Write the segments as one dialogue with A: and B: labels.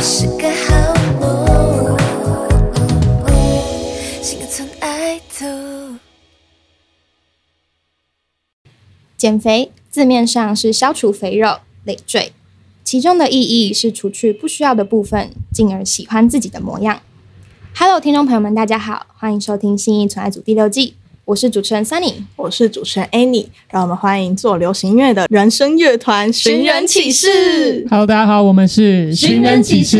A: 是个好梦，是个纯爱的。
B: 减肥字面上是消除肥肉、累赘，其中的意义是除去不需要的部分，进而喜欢自己的模样。Hello，听众朋友们，大家好，欢迎收听《新一纯爱组》第六季，我是主持人 Sunny。
C: 我是主持人 Annie，让我们欢迎做流行音乐的人生乐团寻人启事。
D: Hello，大家好，我们是
B: 寻人启事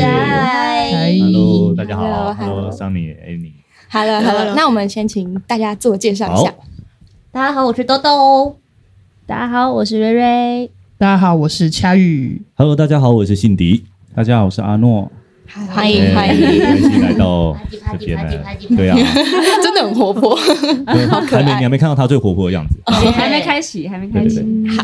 B: 嗨
D: 嗨
E: Hello，大家好
B: Hello，Hello
E: ，Hello，Sunny、Annie，
B: Hello，Hello，那我们先请大家自我介绍一下。
F: 大家好，我是豆豆。大家好，我是瑞瑞。
D: 大家好，我是恰玉。
E: ，Hello，大家好，我是信迪，哎大家好，我是阿诺，
B: 好
F: 哎
B: 欢迎欢迎，
E: 欢迎来到这边来，对 啊，
B: 真的很活泼。可
E: 还
B: 爱
E: 没你还没看到他最活泼的样子，
F: 哦还没开始，还没
E: 对
F: 开
E: 对
F: 始。
E: 对，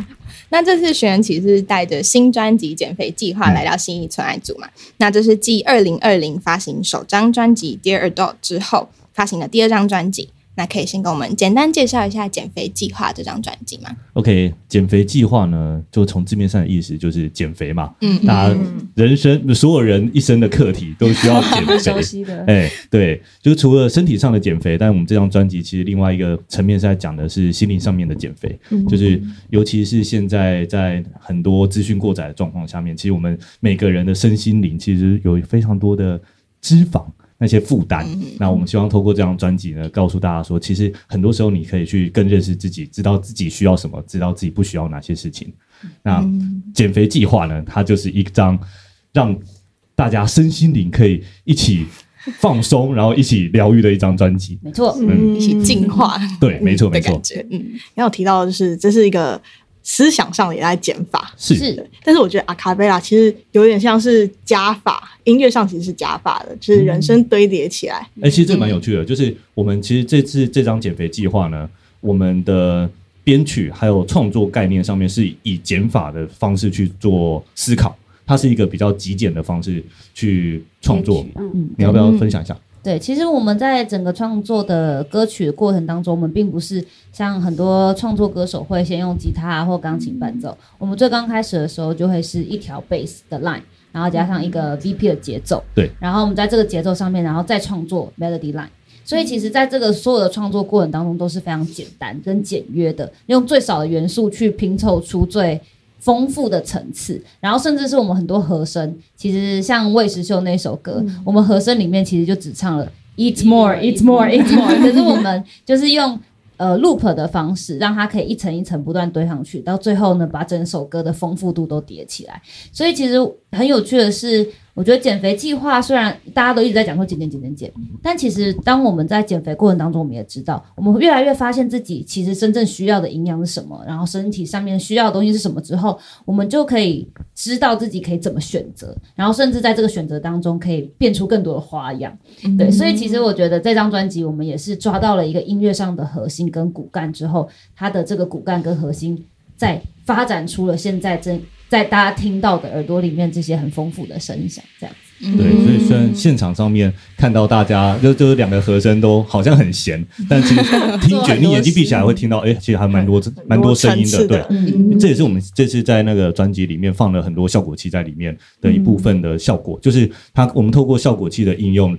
B: 那这次寻人启事带着新专辑《减肥计划》来
E: 嗯
B: 到新一纯爱组嘛？那这是继二零二零发行首张专辑《Dear Adult》之后发行的第二张专辑。那可以先跟我们简单介绍一下《减肥计划》这张专辑吗？
E: OK，减肥计划呢，就从字面上的意思就是减肥嘛，
B: 嗯
E: 大家人生所有人一生的课题都需要减
F: 熟
E: 肥，
F: 悉的，
E: 哎、对，就是除了身体上的减肥，但我们这张专辑其实另外一个层面是在讲的是心灵上面的减肥，
B: 嗯
E: 就是尤其是现在在很多资讯过载的状况下面，其实我们每个人的身心灵其实有非常多的脂肪。那些负
B: 嗯
E: 担，那我们希望透过这张专辑呢，告诉大家说，其实很多时候你可以去更认识自己，知道自己需要什么，知道自己不需要哪些事情。
B: 嗯
E: 那减肥计划呢，它就是一张让大家身心灵可以一起放松，然后一起疗愈的一张专辑。
F: 没错。
E: 嗯，
B: 一起进化
E: 对，没错，没
B: 的
E: 错
B: 感，觉。嗯，
C: 然后提到的是，这是一个思想上也在减法，
E: 是
F: 是，
C: 但是我觉得阿卡贝拉其实有点像是加法，音乐上其实是加法的，就是人生堆叠起来。
E: 哎、其实这蛮有趣的，就是我们其实这次这张减肥计划呢，我们的编曲还有创作概念上面是以减法的方式去做思考，它是一个比较极简的方式去创作。
F: 嗯，
E: 你要不要分享一下？
F: 对，其实我们在整个创作的歌曲的过程当中，我们并不是像很多创作歌手会先用吉他啊或钢琴伴奏，我们最刚开始的时候就会是一条 bass 的 line，然后加上一个 VP 的节奏，
E: 对，
F: 然后我们在这个节奏上面，然后再创作 melody line。所以其实，在这个所有的创作过程当中，都是非常简单跟简约的，用最少的元素去拼凑出最丰富的层次。然后，甚至是我们很多和声，其实像魏时秀那首歌，我们和声里面其实就只唱了嗯 “Eat more, eat more, eat more”，可是我们就是用。呃，loop 的方式让它可以一层一层不断堆上去，到最后呢，把整首歌的丰富度都叠起来。所以其实很有趣的是，我觉得减肥计划虽然大家都一直在讲说减减减减减，但其实当我们在减肥过程当中，我们也知道，我们越来越发现自己其实真正需要的营养是什么，然后身体上面需要的东西是什么之后，我们就可以知道自己可以怎么选择，然后甚至在这个选择当中可以变出更多的花样。对，所以其实我觉得这张专辑我们也是抓到了一个音乐上的核心跟骨干之后，它的这个骨干跟核心再发展出了现在真在大家听到的耳朵里面这些很丰富的声响，这样。
E: 对，所以虽然现场上面看到大家就就是两个和声都好像很闲，但其实听觉你眼睛闭起来会听到，哎、其实还蛮多蛮多声音
C: 层次
E: 的，对。
F: 嗯，
E: 这也是我们这次在那个专辑里面放了很多效果器在里面的一部分的效果，就是它我们透过效果器的应用，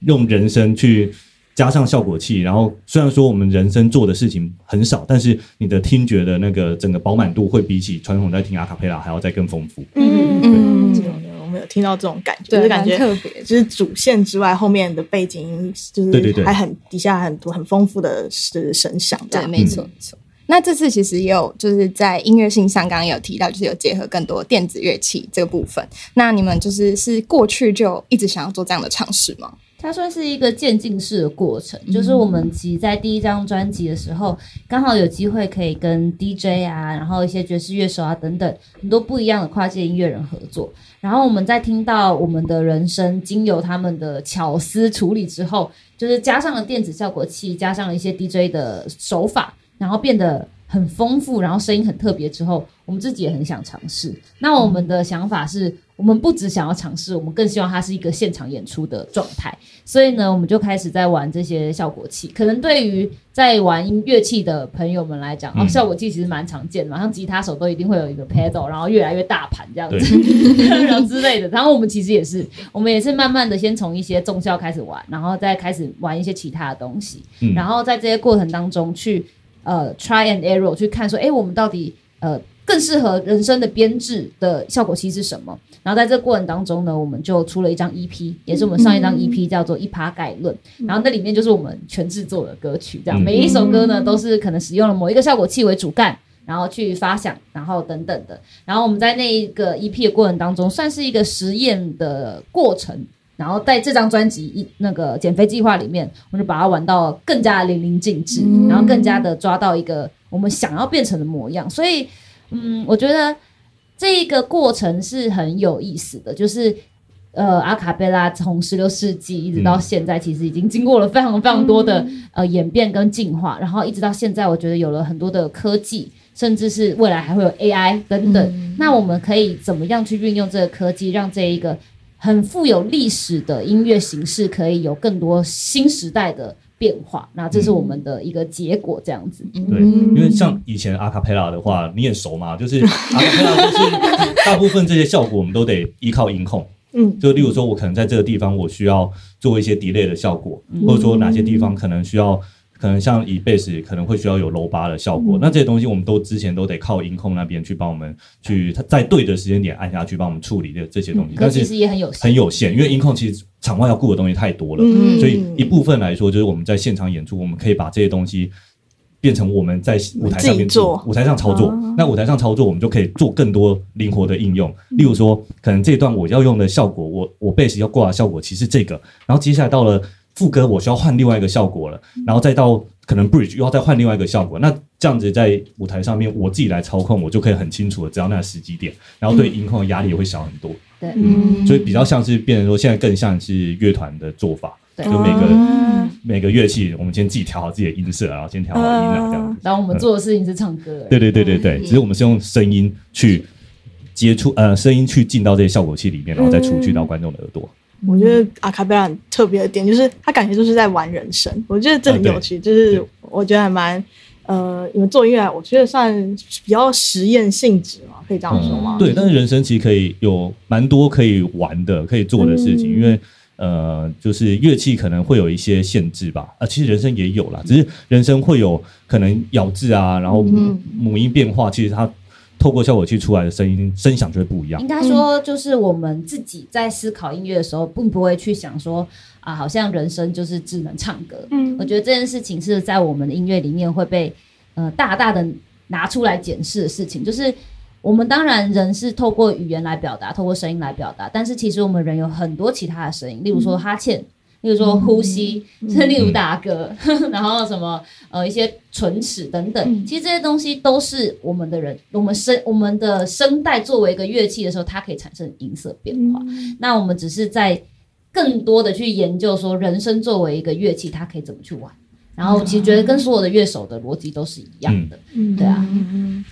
E: 用人声去加上效果器，然后虽然说我们人声做的事情很少，但是你的听觉的那个整个饱满度会比起传统在听阿卡佩拉还要再更丰富。
C: 嗯
B: 嗯
C: 这种我们有听到这种感觉，就
B: 对，
C: 是感
B: 蛮
C: 觉
B: 特别。
C: 就是主线之外，后面的背景音就是
E: 对对对
C: 还很底下很多很丰富的是声响这
E: 嗯
B: 对，
C: 样。
B: 没错，没错。那这次其实也有就是在音乐性上，刚刚有提到，就是有结合更多电子乐器这个部分。那你们就是是过去就一直想要做这样的尝试吗？
F: 它算是一个渐进式的过程，就是我们其实在第一张专辑的时候，刚好有机会可以跟 DJ 啊，然后一些爵士乐手啊等等很多不一样的跨界音乐人合作。然后我们在听到我们的人声经由他们的巧思处理之后，就是加上了电子效果器，加上了一些 DJ 的手法，然后变得很丰富，然后声音很特别之后，我们自己也很想尝试。那我们的想法是，我们不只想要尝试，我们更希望它是一个现场演出的状态。所以呢，我们就开始在玩这些效果器。可能对于在玩音乐器的朋友们来讲，哦，
E: 嗯
F: 效果器其实蛮常见的嘛，像吉他手都一定会有一个 pedal，然后越来越大盘这样
E: 对
F: 子。 然后之类的。然后我们其实也是，我们也是慢慢的先从一些重效开始玩，然后再开始玩一些其他的东西，
E: 嗯
F: 然后在这些过程当中去呃 try and error 去看说，哎，我们到底呃更适合人生的编制的效果器是什么？然后在这个过程当中呢，我们就出了一张 EP，也是我们上一张 EP 叫做《一趴概论》，然后那里面就是我们全制作的歌曲，这样
E: 嗯
F: 每一首歌呢都是可能使用了某一个效果器为主干。然后去发想，然后等等的，然后我们在那一个 EP 的过程当中，算是一个实验的过程。然后在这张专辑一那个减肥计划里面，我们就把它玩到更加淋漓尽致，然后更加的抓到一个我们想要变成的模样。所以，嗯，我觉得这一个过程是很有意思的，就是。呃，阿卡贝拉从十六世纪一直到现在，其实已经经过了非常非常多的、呃演变跟进化，然后一直到现在，我觉得有了很多的科技，甚至是未来还会有 AI 等等。那我们可以怎么样去运用这个科技，让这一个很富有历史的音乐形式可以有更多新时代的变化？那这是我们的一个结果，这样子。
E: 对，
G: 嗯
E: 因
F: 嗯
E: 为像以前阿卡佩拉的话，你也熟嘛，就是 阿卡佩拉就是大部分这些效果我们都得依靠音控。
C: 嗯，
E: 就例如说，我可能在这个地方我需要做一些 delay 的效果，
F: 嗯
E: 或者说哪些地方可能需要，可能像以 bass 可能会需要有 low bar 的效
F: 嗯
E: 果。那这些东西我们都之前都得靠音控那边去帮我们去，它在对的时间点按下去帮我们处理的这些东西，
F: 嗯可
E: 但
F: 其实
E: 是
F: 也很有限
E: 很有限，因为音控其实场外要顾的东西太多了。
C: 嗯
E: 所以一部分来说，就是我们在现场演出，我们可以把这些东西变成我们在舞台上面
C: 自己做哦
E: 舞台上操作。那舞台上操作，我们就可以做更多灵活的应用。例如说，可能这段我要用的效果，我我 bass 要挂的效果其实这个，然后接下来到了副歌，我需要换另外一个效果了，然后再到可能 bridge 又要再换另外一个效果。那这样子在舞台上面，我自己来操控，我就可以很清楚的知道那个时机点，然后
C: 嗯
E: 对音控的压力也会小很多。
F: 对
E: 嗯，所以比较像是变成说，现在更像是乐团的做法。
F: 对
E: 就每个
C: 啊
E: 每个乐器，我们先自己调好自己的音色，然后先调好音量这样子。
F: 然后我们做的事情是唱歌，
E: 对对对对对，只是我们是用声音去接触，呃，声音去进到这些效果器里面，然后再出去到观众的耳朵。
C: 我觉得阿卡贝拉很特别的点就是，他感觉就是在玩人生，我觉得这很有趣，就是
E: 对
C: 我觉得还蛮。呃，你们做音乐，我觉得算比较实验性质嘛，可以这样说吗？
E: 对，但是人生其实可以有蛮多可以玩的、可以做的事情，
C: 嗯
E: 因为呃，就是乐器可能会有一些限制吧。啊，其实人生也有啦，只是人生会有可能咬字啊，然后母母音变化，其实它透过效果器出来的声音声响就会不一样
F: 应。该说，就是我们自己在思考音乐的时候，并不会去想说啊，好像人生就是只能唱歌。嗯，我觉得这件事情是在我们的音乐里面会被呃大大的拿出来检视的事情，就是。我们当然人是透过语言来表达，透过声音来表达，但是其实我们人有很多其他的声音，例如说哈欠，例如说呼吸，甚至 例如打嗝，然后什么呃一些唇齿等等，
B: 嗯
F: 其实这些东西都是我们的人，我们声我们的声带作为一个乐器的时候，它可以产生音色变化。
B: 嗯
F: 那我们只是在更多的去研究说，人声作为一个乐器，它可以怎么去玩。然后其实觉得跟所有的乐手的逻辑都是一样
B: 嗯
F: 的，对啊，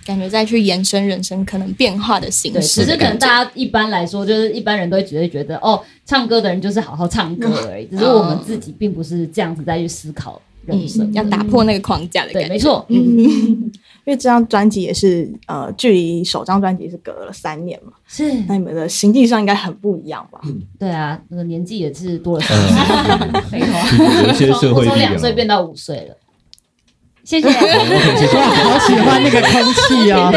B: 感觉再去延伸人生可能变化的形
F: 对，
B: 式
F: 只
B: 的
F: 是可能
B: 感觉，
F: 大家一般来说，就是一般人都会觉得觉得哦，唱歌的人就是好好唱歌
B: 嗯
F: 而已，只是我们自己并不是这样子再去思考人生
B: 哦嗯，。要嗯打破那个框架的
F: 对，
B: 感
F: 没
B: 觉。
F: 错，
C: 因为这张专辑也是呃，距离首张专辑是隔了三年嘛，
F: 是，
C: 那你们的心境上应该很不一样吧？
F: 对啊，那个年纪也是多了三岁，
E: 嗯，
F: 没有啊。
E: 有一些社
F: 我
E: 会啊力
F: 从
E: 量
F: 两岁变到五岁了，谢谢。
E: 哦，OK，谢谢。
D: 哇， 好喜欢那个空气啊！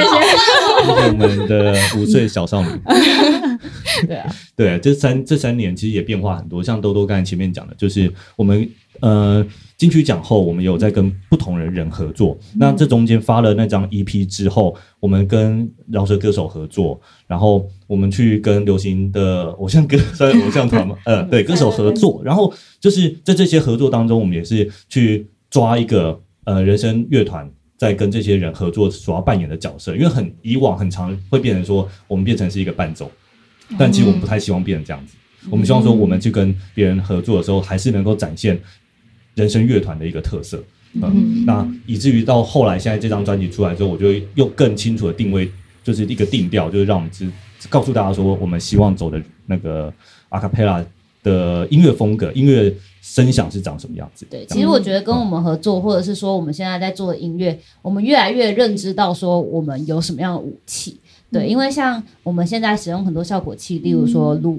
E: 我们的五岁小少女。
F: 对啊，
E: 对，这三这三年其实也变化很多，像豆豆刚才前面讲的，就是我们呃金曲奖后，我们有在跟不同的人合作。那这中间发了那张 EP 之后，我们跟饶舌歌手合作，然后我们去跟流行的偶像歌算偶像团嘛，呃，对，歌手合作。然后就是在这些合作当中，我们也是去抓一个呃人生乐团。在跟这些人合作所要扮演的角色，因为很以往很常会变成说，我们变成是一个伴奏，但其实我们不太希望变成这样子。我们希
F: 嗯
E: 望说，我们去跟别人合作的时候，还是能够展现人生乐团的一个特色。嗯，那以至于到后来现在这张专辑出来之后，我就又更清楚的定位，就是一个定调，就是让我们知告诉大家说，我们希望走的那个阿卡贝拉的音乐风格、音乐声响是长什么样子。
F: 对，其实我觉得跟我们合作，或者是说我们现在在做的音乐，我们越来越认知到说我们有什么样的武器。对，因为像我们现在使用很多效果器，例如说 loop，、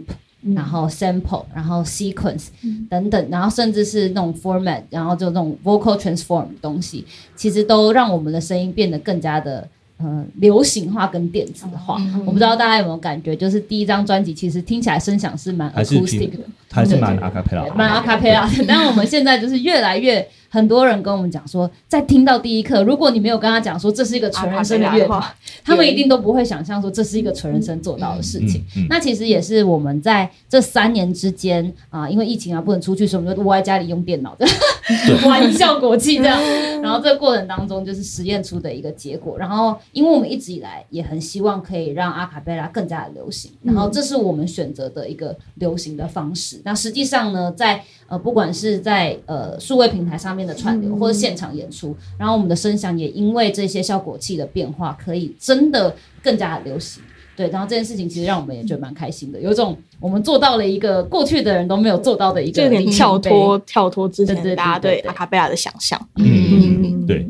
F: 然
C: 嗯
F: 后 sample，然后 sequence 等等，然后甚至是那种 format，然后就那种 vocal transform 的东西，其实都让我们的声音变得更加的。呃，流行化跟电子
C: 哦
F: 化，
C: 嗯
F: 我不知道大家有没有感觉，就是第一张专辑其实听起来声响是蛮
E: 还是
F: acoustic
E: 挺
F: 的，
E: 还是蛮阿卡贝拉，
F: 蛮
C: 哦
F: 阿卡贝拉的。但我们现在就是越来越很多人跟我们讲说，在听到第一课，如果你没有跟他讲说这是一个
C: 阿
F: 纯
C: 卡
F: 人
C: 贝
F: 声的
C: 拉
F: 乐
C: 啊的
F: 团，
C: 话，
F: 他们一定都不会想象说这是一个纯人声做到的事
E: 嗯
F: 情。
E: 嗯
F: 那其实也是我们在这三年之间啊、因为疫情啊不能出去，所以我们就窝在家里用电脑的 玩效果器这样。然后这个过程当中就是实验出的一个结果。然后因为我们一直以来也很希望可以让阿卡贝拉更加的流行，然后这是我们选择的一个流行的方式。那实际上呢，在呃不管是在呃数位平台上面的串流，或者现场演出，然后我们的声响也因为这些效果器的变化，可以真的更加的流行。对，然后这件事情其实让我们也觉得蛮开心的，有一种我们做到了一个过去的人都没有做到的一个
C: 这有点
F: 里程
C: 跳
F: 碑
C: 脱跳脱之
F: 对
C: 前
F: 对
C: 大家
F: 对
C: 对
F: 对对
C: 阿卡贝拉的想象。
E: 嗯嗯，对，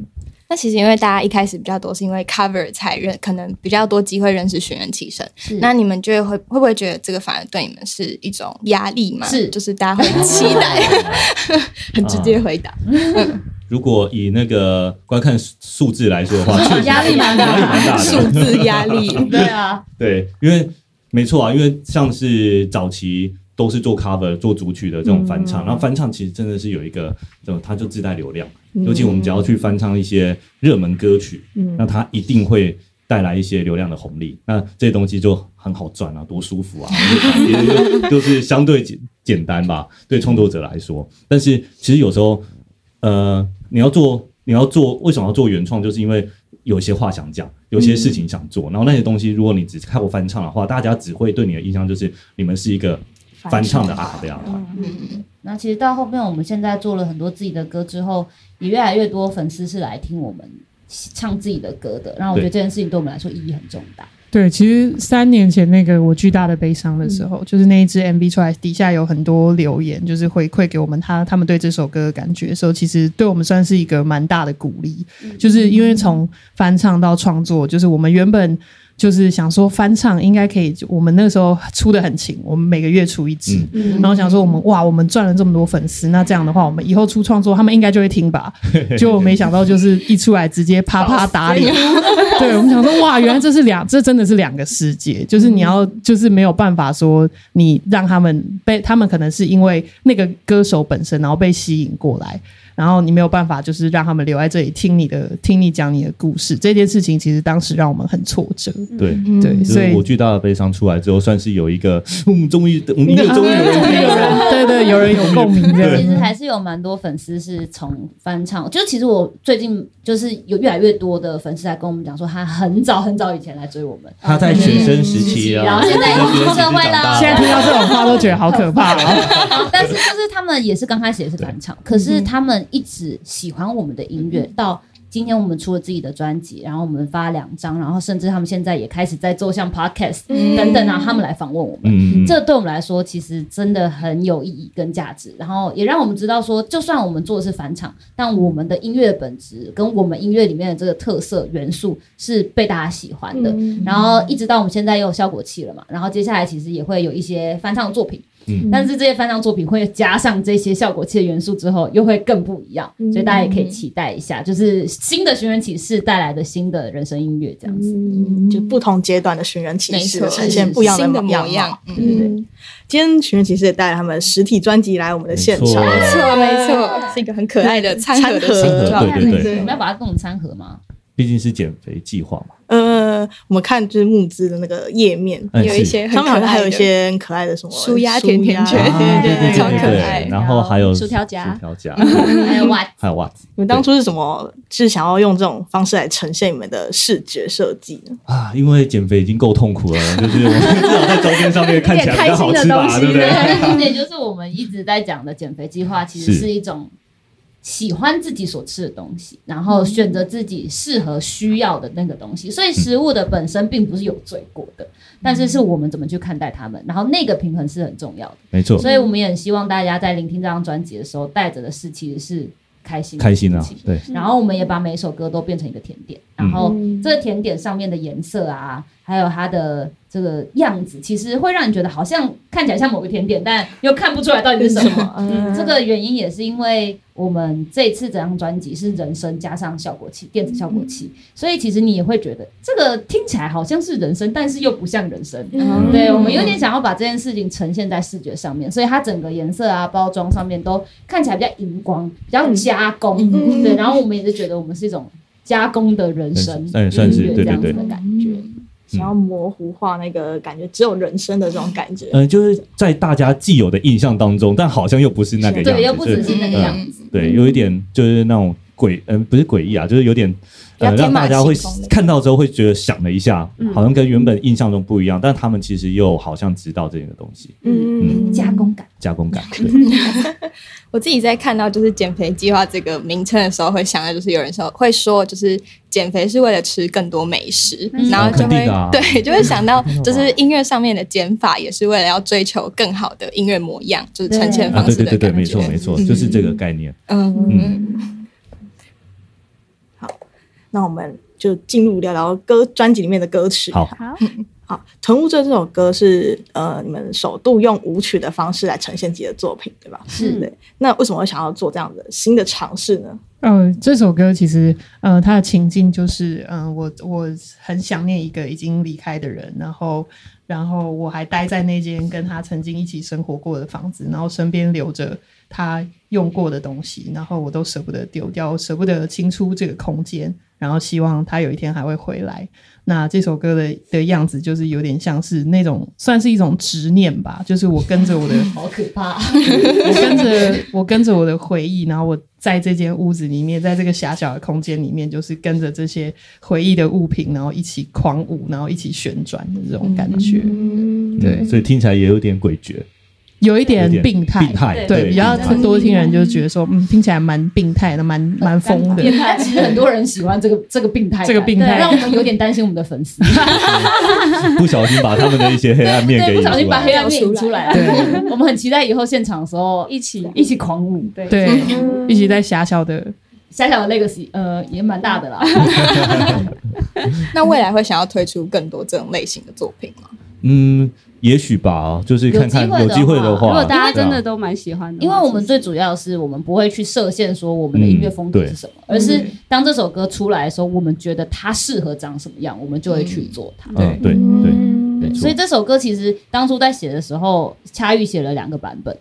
B: 那其实因为大家一开始比较多是因为 cover 才认，可能比较多机会认识学员起身。
F: 是
B: 那你们就会会不会觉得这个反而对你们是一种压力吗？
F: 是
B: 就是大家会期待，很直接回答。
E: 如果以那个观看数数字来说的话，确实
F: 压力蛮大
E: 压力蛮大的，
B: 数字压力，
F: 对啊，
E: 对，因为没错啊，因为像是早期都是做 cover 做主曲的这种翻唱，然后翻唱其实真的是有一个这种，它就自带流量，尤其我们只要去翻唱一些热门歌曲，那它一定会。带来一些流量的红利，那这些东西就很好赚啊，多舒服啊！ 也就就是相对简简单吧，对创作者来说。但是其实有时候，呃，你要做你要做，为什么要做原创？就是因为有些话想讲，有些事情想做，然后那些东西，如果你只看过翻唱的话，大家只会对你的印象就是你们是一个翻唱的阿卡贝拉团。
F: 那其实到后面，我们现在做了很多自己的歌之后，也越来越多粉丝是来听我们唱自己的歌的。然后我觉得这件事情对我们来说意义很重大。
D: 对，其实三年前那个我巨大的悲伤的时候，就是那一支 MV 出来，底下有很多留言，就是回馈给我们他他们对这首歌的感觉的时候，其实对我们算是一个蛮大的鼓励， 就是因为从翻唱到创作，就是我们原本。就是想说翻唱应该可以，我们那时候出的很勤，我们每个月出一支，然后想说我们哇，我们赚了这么多粉丝，那这样的话，我们以后出创作，他们应该就会听吧。就没想到就是一出来直接啪啪打脸，对我们想说，哇，原来这是两，这真的是两个世界，就是你要，就是没有办法说你让他们被他们可能是因为那个歌手本身，然后被吸引过来，然后你没有办法就是让他们留在这里听你的，听你讲你的故事。这件事情其实当时让我们很挫折，
E: 对，
D: 对，
E: 就
D: 所
E: 是
D: 以
E: 我巨大的悲伤出来之后，算是有一个，嗯，终于，我们音乐终于有人听了。
D: 对对，有人有共鸣这
F: 那其
D: 样。
F: 实还是有蛮多粉丝是从翻唱，就其实我最近就是有越来越多的粉丝来跟我们讲说，他很早很早以前来追我们，
E: 他在学生时期啊，
F: 然后现在已经出社会了
D: 现在听到这种话都觉得好可怕哦。
F: 但是就是他们也是刚开始也是翻唱，可是他们一直喜欢我们的音乐，到今天我们出了自己的专辑，然后我们发两张，然后甚至他们现在也开始在做像 podcast
C: 嗯
F: 等等啊，他们来访问我们。
E: 嗯，嗯，
F: 这对我们来说其实真的很有意义跟价值，然后也让我们知道说，就算我们做的是返场，但我们的音乐本质跟我们音乐里面的这个特色元素是被大家喜欢的。然后一直到我们现在也有效果器了嘛，然后接下来其实也会有一些翻唱作品。
E: 嗯
F: 但是这些翻唱作品会加上这些效果器的元素之后，又会更不一样，所以大家也可以期待一下，就是新的寻人启事带来的新的人生音乐这样子。
C: 就不同阶段的寻人启
B: 没
C: 事
B: 错，
C: 呈现不一样
B: 新的
C: 的
B: 模
C: 样貌。
B: 样。嗯，
C: 对对对，今天寻人启事也带了他们实体专辑来我们的现场，
E: 没
B: 没错没错，是一个很可爱的餐盒的
C: 嗯餐盒
B: 形状。
E: 对对
F: 我
E: 对
F: 们，要把它跟我们掺和吗？
E: 毕竟是减肥计划嘛，
C: 呃，我们看就是募资的那个页面，
E: 嗯
B: 有一
E: 是
B: 些很
C: 上面好
B: 可
C: 像还
B: 爱
C: 有一
B: 的，
C: 些很可爱的什么
B: 舒压甜甜圈
C: 舒压
E: 啊对对
B: 超可
E: 对
B: 爱
E: 然后还有
B: 薯条夹
E: 薯条夹，
F: 还有哇，
E: 还有袜子。
C: 你们当初是怎么是想要用这种方式来呈现你们的视觉设计呢？
E: 啊，因为减肥已经够痛苦了， 就是我们至少在周边上面看起来比较好吃吧，对不对？
F: 对，重点就是我们一直在讲的减肥计划，其实
E: 是
F: 是一种喜欢自己所吃的东西，然后选择自己适合需要的那个东西。所以食物的本身并不是有罪过的，但是是我们怎么去看待它们，然后那个平衡是很重要的。
E: 没错，
F: 所以我们也很希望大家在聆听这张专辑的时候，带着的是其实是开心的
E: 开心啊
F: 事情，
E: 对，
F: 然后我们也把每一首歌都变成一个甜点，然后
C: 嗯
F: 这个甜点上面的颜色啊，还有它的这个样子，其实会让你觉得好像看起来像某个甜点，但又看不出来到底是什么。
C: 嗯
F: 这个原因也是因为我们这次整张专辑是人声加上效果器，电子效果器，
C: 嗯
F: 所以其实你也会觉得这个听起来好像是人声，但是又不像人 声。
C: 嗯
F: 对我们有点想要把这件事情呈现在视觉上面，所以它整个颜色啊、包装上面都看起来比较荧光，比较加工。
C: 嗯
F: 对，然后我们也是觉得我们是一种加工的人生
E: 嗯算是
F: 音乐
E: 对对
F: 这样子
E: 对
F: 的感觉。
C: 想要模糊化那个感觉，只有人生的这种感觉。
E: 嗯、就是在大家既有的印象当中，但好像又不是那个样
F: 对，
E: 子，
F: 又不只
E: 就是嗯
F: 那个样子。
E: 对，有一点就是那种诡，嗯、不是诡异啊，就是有点呃，
B: 比较天
E: 让
B: 马
E: 大家会
B: 行空的
E: 看到之后会觉得想了一下，好像跟原本印象中不一样，但他们其实又好像知道这个东西，
C: 嗯，
F: 加工感，
E: 加工感。对，
B: 我自己在看到就是减肥计划这个名称的时候，会想到就是有人说会说就是减肥是为了吃更多美食，
F: 嗯
B: 然后就
E: 肯
B: 会
E: 定、的啊
B: 对就会想到
E: 嗯
B: 就是音乐上面的减法也是为了要追求更好的音乐模样，就是呈现
E: 啊，
B: 方
E: 对
B: 式
E: 对
B: 的
E: 对对，
B: 感
E: 没
B: 觉
E: 错。没错，就是这个概念。
B: 嗯，
C: 那我们就进入聊聊歌专辑里面的歌曲。
E: 好，
C: 好，《藤雾醉》这首歌是呃，你们首度用舞曲的方式来呈现自己的作品，对吧？
F: 是
C: 对。那为什么会想要做这样的新的尝试呢？
D: 呃，这首歌其实，呃，它的情境就是，嗯、我我很想念一个已经离开的人，然后，然后我还待在那间跟他曾经一起生活过的房子，然后身边留着他用过的东西，然后我都舍不得丢掉，舍不得清出这个空间，然后希望他有一天还会回来。那这首歌的的样子就是有点像是那种，算是一种执念吧，就是我跟着我的。
F: 好可怕！
D: 我跟着我跟着我的回忆，然后我在这间屋子里面，在这个狭小的空间里面，就是跟着这些回忆的物品，然后一起狂舞，然后一起旋转的这种感觉，
E: 对，嗯所以听起来也有点诡谲，
D: 有一
E: 有
D: 点
E: 点
D: 病态
E: 病。态，
D: 对，比较
E: 病态
D: 多听人就觉得说，嗯，听起来蛮病态的，蛮蛮疯的。
F: 变态，其实很多人喜欢这个这个病态感，
D: 这个病态
F: 对让我们有点担心我们的粉丝，
E: 不小心把他们的一些黑暗面 给
F: 对，
E: 引
F: 不小心
E: 出
F: 把黑
E: 来。
F: 暗面引出来。
D: 对，
F: 我们很期待以后现场的时候一起一起狂舞，对，
D: 对，一起在狭小的
F: 小小的 legacy，呃，也蛮大的啦。
B: 那未来会想要推出更多这种类型的作品吗？
E: 嗯，也许吧，就是看看
F: 有
E: 有
F: 机
E: 机
F: 会
E: 会
F: 的
E: 的话，
F: 话
H: 如果大家真的
E: 对啊
H: 都蛮喜欢的
F: 因
H: 话，
F: 为我们最主要的是，我们不会去设限说我们的音乐风格是什么，而是
E: 嗯
F: 当这首歌出来的时候，我们觉得它适合长什么样，我们就会去做它。
E: 嗯，对对，没
F: 所以
E: 错，
F: 这首歌其实当初在写的时候，恰玉写了两个版本，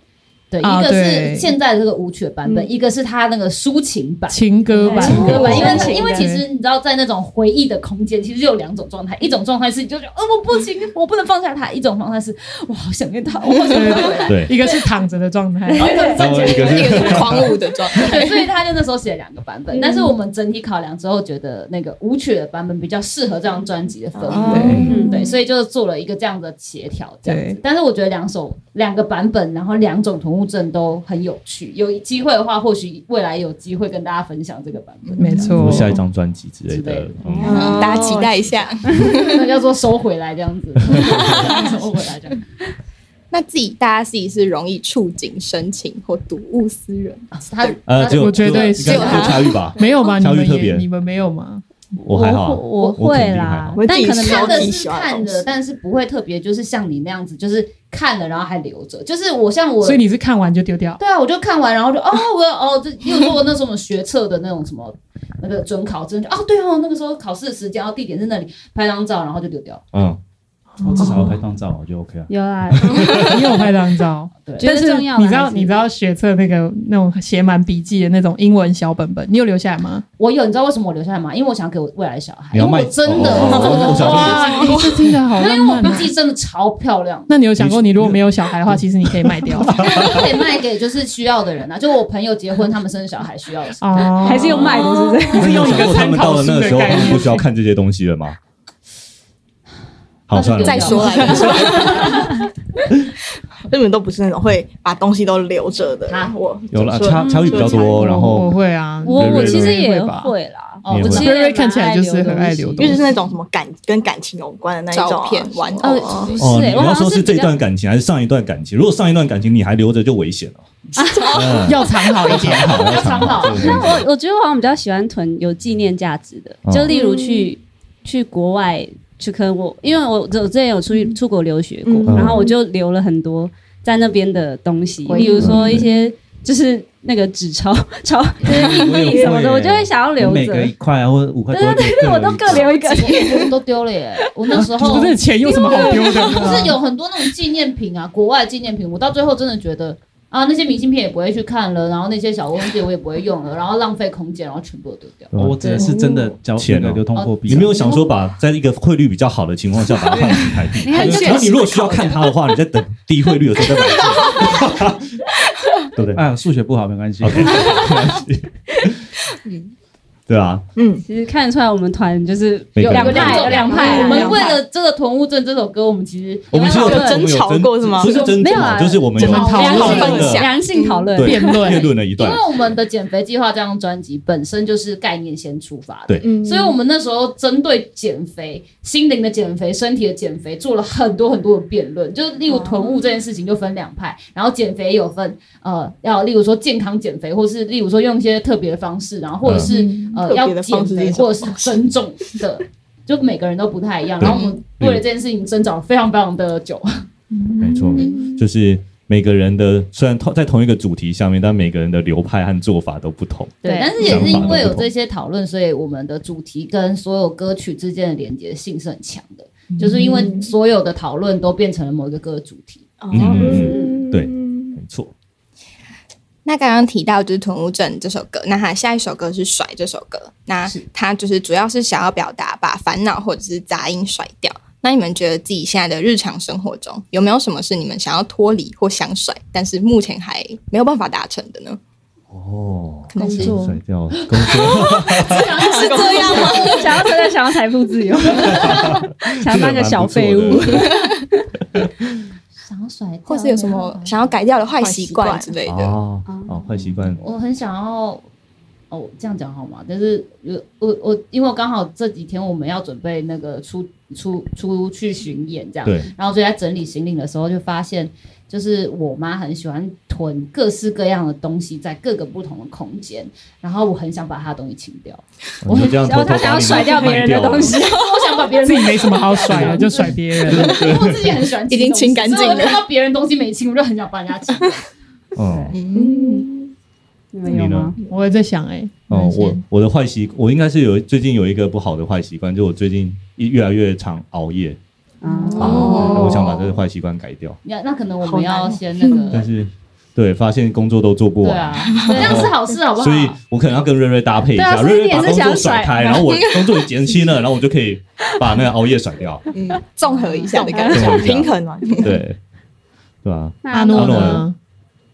F: 对，
D: 啊
F: 一个是
D: 对
F: 现在的这个舞曲的版本，一个是他那个抒情版。
D: 情歌版，
E: 嗯情歌版
F: 因
H: 抒
F: 为
H: 情
F: 因为其实你知道，在那种回忆的空间，其实有两种状态，一种状态是你就觉得，哦，我不行，我不能放下他；一种状态是，我好想念他，我好想念他。
E: 对。
D: 一个是躺着的状态，
E: 然后一个
B: 一
E: 是
B: 个是狂舞的状态，
F: 对，所以他就那时候写了两个版本，但是我们整体考量之后，觉得那个舞曲的版本比较适合这张专辑的氛围，
E: 嗯
F: 对，所以就做了一个这样的协调，这样子
D: 对。
F: 但是我觉得两首两个版本，然后两种同物症都很有趣，有机会的话，或许未来有机会跟大家分享这个版本，
D: 没
E: 比如
D: 错，
E: 下一张专辑之类
F: 之类
E: 的
F: 的，
E: 嗯
B: 大家期待一下。
F: 那叫做收回来这样子，收回来这样。
B: 那自己大家自己是容易触景生情或睹物思人，
F: 啊他
E: 呃，只有
D: 我觉得
E: 只有
D: 只有
B: 他
E: 差异吧，
D: 没有吧？你
E: 小雨
D: 们
E: 特别
D: 也你们没有吗？
E: 我还好啊，
H: 我我
E: 肯
H: 会
E: 定还
H: 啦
E: 好，
H: 但可能没有
F: 看
C: 我自
F: 的
C: 己
F: 是
C: 喜欢的
F: 看
C: 东西
F: 的，但是不会特别就是像你那样子，就是看了然后还留着，就是我像我
D: 所以你是看完就丢掉？
F: 对啊，我就看完，然后就哦，我哦，这例如说我那时候我们学测的那种什么 那个准考证，就哦对哦，那个时候考试的时间，然哦后地点是那里，拍张照，然后就丢掉。
E: 嗯，我至少要拍张照，我觉得 OK 啊。
H: 有啦，
D: 你有拍张照？
F: 对，
H: 觉
D: 但
H: 得
D: 是
H: 重要啦
D: 你知道
H: 还是
D: 你知道学测那个那种写满笔记的那种英文小本本，你有留下来吗？
F: 我有，你知道为什么我留下来吗？因为我想给我未来的小孩，
E: 你
F: 因
E: 要
F: 为我
E: 卖
F: 真的
E: 哦我想
F: 哇，
D: 哇，这听起来好
F: 因
D: 浪
F: 为我
D: 漫
F: 笔
D: 啊！
F: 记真的超漂亮，
D: 那你有想过，你如果没有小孩的话，其实你可以卖掉
F: 我可以卖给就是需要的人啊，就我朋友结婚，他们生小孩需要的时候。
D: 哦，
H: 还是用卖的，是不是？
E: 那哦你有
D: 用一
E: 想
D: 个
E: 过他
D: 参
E: 们到
D: 考
E: 了
D: 书
E: 那个
D: 的
E: 时候，
D: 概
E: 他们不
D: 念
E: 需要看这些东西了吗？好，算了，
B: 再说来着。
C: 就你们都不是那种会把东西都留着的。
F: 啊
C: 我
E: 有啦，
C: 怎么说
E: 差差异比较多，
C: 嗯
E: 然
D: 我
E: 后
D: 会啊，
F: 我
E: 瑞
F: 我
E: 瑞
F: 其实也
D: 吧
F: 会啦，
E: 你也
F: 我
E: 会
F: 其实
D: 瑞瑞
F: 也
D: 看起来就是很爱
F: 爱
D: 留
F: 东
D: 东
C: 尤
F: 西
C: 其是那种什么感跟感情有关的那一种
B: 照
C: 啊
B: 片
C: 玩
H: 嗯
C: 偶
F: 呃，
C: 啊，
F: 不是、
E: 哦，你
F: 欸，我好
E: 要
F: 像
E: 说是这
F: 比较
E: 段感情还是上一段感情？如果上一段感情你还留着，就危险了。嗯
D: 要藏好一点。
E: 好
F: 要藏好
E: 对对对
H: 我我觉得我好像比较喜欢囤有纪念价值的，
E: 哦
H: 就例如去、去国外去坑我，因为我我之前有出去出国留学过，
C: 嗯
H: 然后我就留了很多在那边的东西，
E: 嗯
F: 回忆
H: 例如说一些就是那个纸钞、 钞就是硬
E: 我也
H: 币
E: 会
H: 什么的，
E: 欸
H: 我就会想要留
E: 我每个
H: 着
E: 一。块啊，或者五块多，
H: 对对对，我都各留一个。
F: 我都丢了耶。我那时候
D: 不是钱有什 么好丢的？
F: 不是有很多那种纪念品啊，国外纪念品，我到最后真的觉得啊，那些明信片也不会去看了，然后那些小东西我也不会用了，然后浪费空间，然后全部都丢掉。
I: 我只是真的交
E: 钱
I: 那
E: 哦
I: 个流通货币，啊
E: 你没有想说把在一个汇率比较好的情况下把它换成台币？
B: 你很
E: 然后你如果需要看它的话，你在等低汇率的时候再买进，对不对？
I: 哎，数学不好没关系。
E: OK，没关系 对啊，
C: 嗯，
H: 其实看得出来，我们团就是
E: 每个
H: 两
E: 人
H: 派，
F: 有
H: 两
F: 两
H: 派
F: 派，
H: 啊，
F: 我们
H: 两
F: 为
H: 派
F: 了这个《囤物症》这首歌，我们其实
E: 我们是
C: 有
E: 我们
C: 争吵过是吗
E: 不是争
H: 没有
E: 吵，
H: 啊
E: 就是我们有
D: 我们讨
E: 讨
D: 论
E: 论
C: 分
E: 的嗯
C: 享
H: 良性讨论。
E: 对
D: 辩论
E: 辩论了一
F: 因
E: 段
F: 为，我们的减肥计划这张专辑本身就是概念先出发的，
E: 对
C: 嗯
F: 所以我们那时候针对减肥、心灵的减肥、身体的减肥做了很多很多的辩论，就是例如囤物这件事情就分两
E: 嗯
F: 派，然后减肥有分呃，要例如说健康减肥，或是例如说用一些特别的方式，然后或者是、
E: 嗯
F: 呃
C: 嗯特
F: 要
C: 别的
F: 减
C: 方式
F: 肥
C: 是什
F: 或
C: 么
F: 者是增重的，就每个人都不太一样。
E: 对
F: 然后我们为了这件事情争吵非常非常的久，
E: 没错，
H: 嗯
E: 就是每个人的虽然同在同一个主题下面，但每个人的流派和做法都不同。
F: 对，
H: 对
F: 但是也是因为有这些讨论，所以我们的主题跟所有歌曲之间的连接性是很强的，就是因为所有的讨论都变成了某一个歌的主题。
E: 嗯对没错，
B: 那刚刚提到就是《囤物症》这首歌，那他下一首歌是《甩》这首歌，那
F: 是
B: 他就是主要是想要表达把烦恼或者是杂音甩掉。那你们觉得自己现在的日常生活中有没有什么是你们想要脱离或想甩，但是目前还没有办法达成的呢？
E: 哦，
B: 可能是
H: 工作
E: 甩掉工作，
H: 是这样吗？ 想要真的想要财 富自由，想要当个小废物。
F: 想要甩掉，
B: 或是有什么想要改掉的坏习惯之类的？
E: 哦哦，坏习惯，
F: 我很想要哦，这样讲好吗？但是有我我，因为我刚好这几天我们要准备那个出出出去巡演这样，
E: 对，
F: 然后所以在整理行李的时候就发现，就是我妈很喜欢囤各式各样的东西在各个不同的空间，然后我很想把她的东西清掉，
E: 我就这样偷偷把
H: 他想要
E: 哦你
H: 甩掉别人的
E: 卖
H: 东西，
F: 我想把别人
D: 自己没什么 好甩啊的，就甩别人。
F: 因为我自己很喜欢清东西，
B: 已经清干净了
F: 所以我看到别人东西没清，我就很想帮人家清。
E: 嗯。
H: 你们有
E: 你
H: 吗
E: 呢？
D: 我也在想哎、
E: 哦，
D: 你
E: 我
D: 先
E: 我的坏习，我应该是有最近有一个不好的坏习惯，就我最近一越来越常熬夜
H: 啊，
E: 啊，我想把这个坏习惯改掉，
F: 那那可能我
C: 好
F: 们
C: 难哦
F: 要先那
E: 但
F: 个，
E: 是对发现工作都做不
F: 对
E: 完
F: 啊，，这样是好事好不好？
E: 所以我可能要跟瑞瑞搭配一
H: 对
E: 下，
H: 啊
E: 瑞瑞
H: 所以
E: 把工
H: 你也是
E: 作
H: 想要
E: 甩
H: 甩
E: 开，然后我工作也减轻了，然后我就可以把那个熬夜甩掉，
B: 嗯，综合一下的感觉。
E: 对
C: 嗯平衡嘛，
E: 对对吧？
D: 阿诺呢？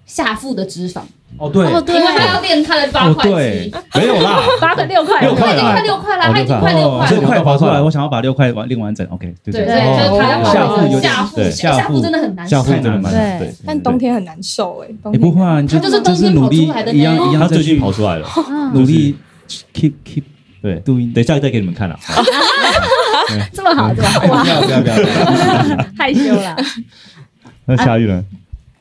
F: 下腹的脂肪，
I: 哦，对，
H: 哦，对
F: 因为，他要练他的八块肌，
E: 没有啦，
H: 八个六块，
E: 哦六块
F: 已经
E: 啦
F: 快，六块
E: 哦
F: 了，他已经快
E: 六
F: 六
E: 块哦
F: 块
I: 这
F: 了。
I: 块划过来，我想要把六块完另完整。OK，对啊
F: 对对，
I: 对，
F: 就是他
I: 哦下腹有点
F: 下腹，
E: 对
F: 下腹真的很难
E: 下腹
F: 受
E: 真的蛮
H: 对
E: 对，
B: 但冬天很难受哎、冬
I: 也
B: 天
I: 不会啊，你就
F: 他就是冬
I: 是
F: 天
I: 努
F: 跑
I: 力
F: 出来的呢
I: 一样一
E: 他
I: 样再
E: 最近
I: 去
E: 跑出来了，
I: 努力 keep keep
E: 对，
I: doing。
E: 等一下再给你们看啊啦。
H: 这么好，这么好，
I: 哎不要不要不要！
H: 害羞啦。
E: 那下雨呢？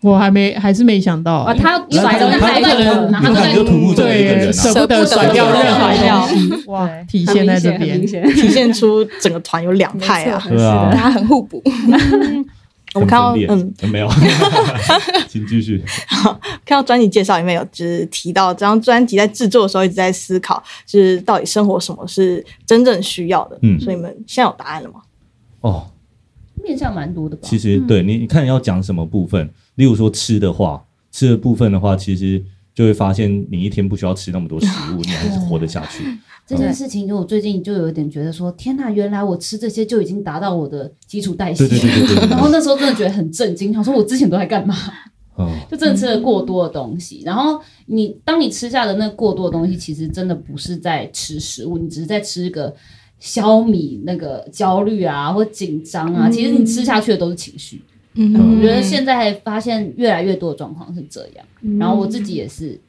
D: 我还没还是没想到、
H: 啊，
D: 欸，
H: 他甩的那
F: 哦他
H: 太
F: 可能
H: 然
E: 你们
H: 后
E: 两
H: 他在
E: 个土木这一个人
D: 对，
E: 啊
D: 舍，不得甩掉任何
H: 甩掉
D: 东西，哇，体
H: 很
D: 现在
H: 明
D: 这
H: 显，很
D: 边
H: 明。显。
C: 体现出整个团有两派啊。
E: 对啊，
B: 大家很互补，
C: 我们看到，
E: 很分
C: 嗯，
E: 裂没有？请继续。
C: 看到专辑介绍里面有就是提到，这张专辑在制作的时候一直在思考，就是到底生活什么是真正需要的。
E: 嗯
C: 所以你们现在有答案了吗？
E: 哦，
F: 面向蛮多的吧
E: 其？实对你，你看你要讲什么部分，例如说吃的话，吃的部分的话，其实就会发现你一天不需要吃那么多食物，你还是活得下去。
F: 这
E: 嗯
F: 件事情，就我最近就有点觉得说，天呐，原来我吃这些就已经达到我的基础代谢了。
E: 对对对对对对
F: 然后那时候真的觉得很震惊，想说我之前都在干嘛？
E: 嗯，
F: 就真的吃了过多的东西。然后你当你吃下的那过多的东西，其实真的不是在吃食物，你只是在吃一个
E: 嗯
F: 消弭那个焦虑啊或紧张啊。其实你吃下去的都是情绪，
B: 嗯
F: 我觉得现在发现越来越多的状况是这样，
E: 嗯
F: 然后我自己也是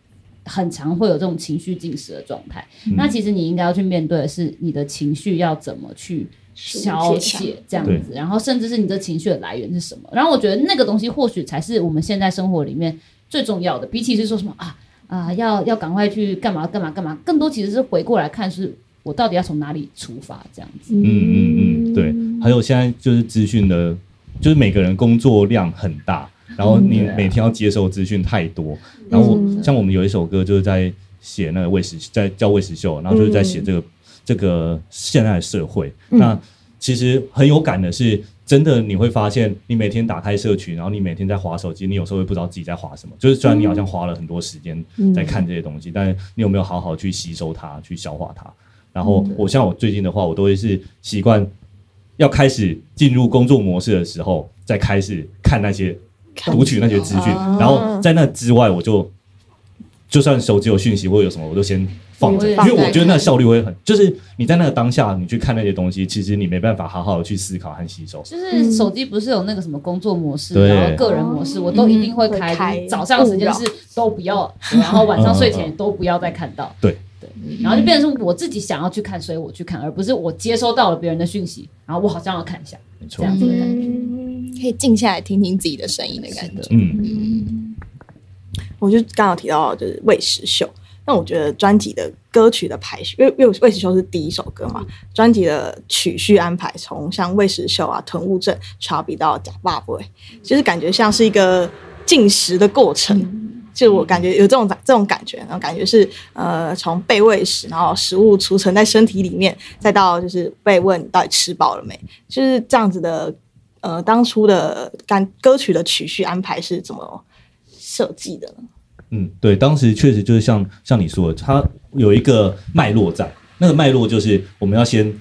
F: 很常会有这种情绪进食的状态。
E: 嗯
F: 那其实你应该要去面对的是你的情绪要怎么去消解这样
E: 对
F: 子，然后甚至是你的情绪的来源是什么。然后我觉得那个东西或许才是我们现在生活里面最重要的，比起是说什么啊啊、要要赶快去干嘛干嘛干嘛，更多其实是回过来看是我到底要从哪里出发这样子。
E: 嗯嗯嗯，对。还有现在就是资讯的，就是每个人工作量很大，然后
I: 嗯
E: 你
I: 对啊
E: 每天要接受资讯太多。然后我像我们有一首歌就是在写那个卫士，在叫卫士秀，然后就是在写这个这个现在的社会。那其实很有感的是。真的，你会发现，你每天打开社群，然后你每天在划手机，你有时候会不知道自己在划什么。就是虽然你好像花了很多时间在看这些东西，但是你有没有好好去吸收它，去消化它？然后我像我最近的话，我都会是习惯要开始进入工作模式的时候，再开始看那些读取那些资讯，哦然后在那之外，我就就算手机有讯息或有什么，我都先放着，
F: 我也
E: 因
F: 是
E: 为我觉得那个效率会很，就是你在那个当下，你去看那些东西，其实你没办法好好的去思考和吸收。
C: 嗯
F: 就是手机不是有那个什么工作模式，
E: 对
F: 然后个人模式，我都一定会
C: 哦嗯会开
F: 开。就是早上时间是都不 要，然后晚上睡前都不要再看到。
E: 对
F: 对，然后就变成是我自己想要去看，所以我去看，而不是我接收到了别人的讯息，然后我好像要看一下
E: 没错
F: 这，样子的感觉。
B: 可以静下来听听自己的声音的感觉。
E: 嗯，
C: 我就刚好提到就是魏时秀，那我觉得专辑的歌曲的排序，因为因为魏时秀是第一首歌嘛，专辑的曲序安排从像魏时秀啊、屯雾镇、查比到假爸爸，就是感觉像是一个进食的过程。就我感觉有这种这种感觉，然后感觉是呃从被喂食，然后食物储存在身体里面，再到就是被问你到底吃饱了没，就是这样子的。呃，当初的感歌曲的曲序安排是怎么设计的呢？
E: 嗯，对，当时确实就是像像你说的，它有一个脉络在，那个脉络就是我们要先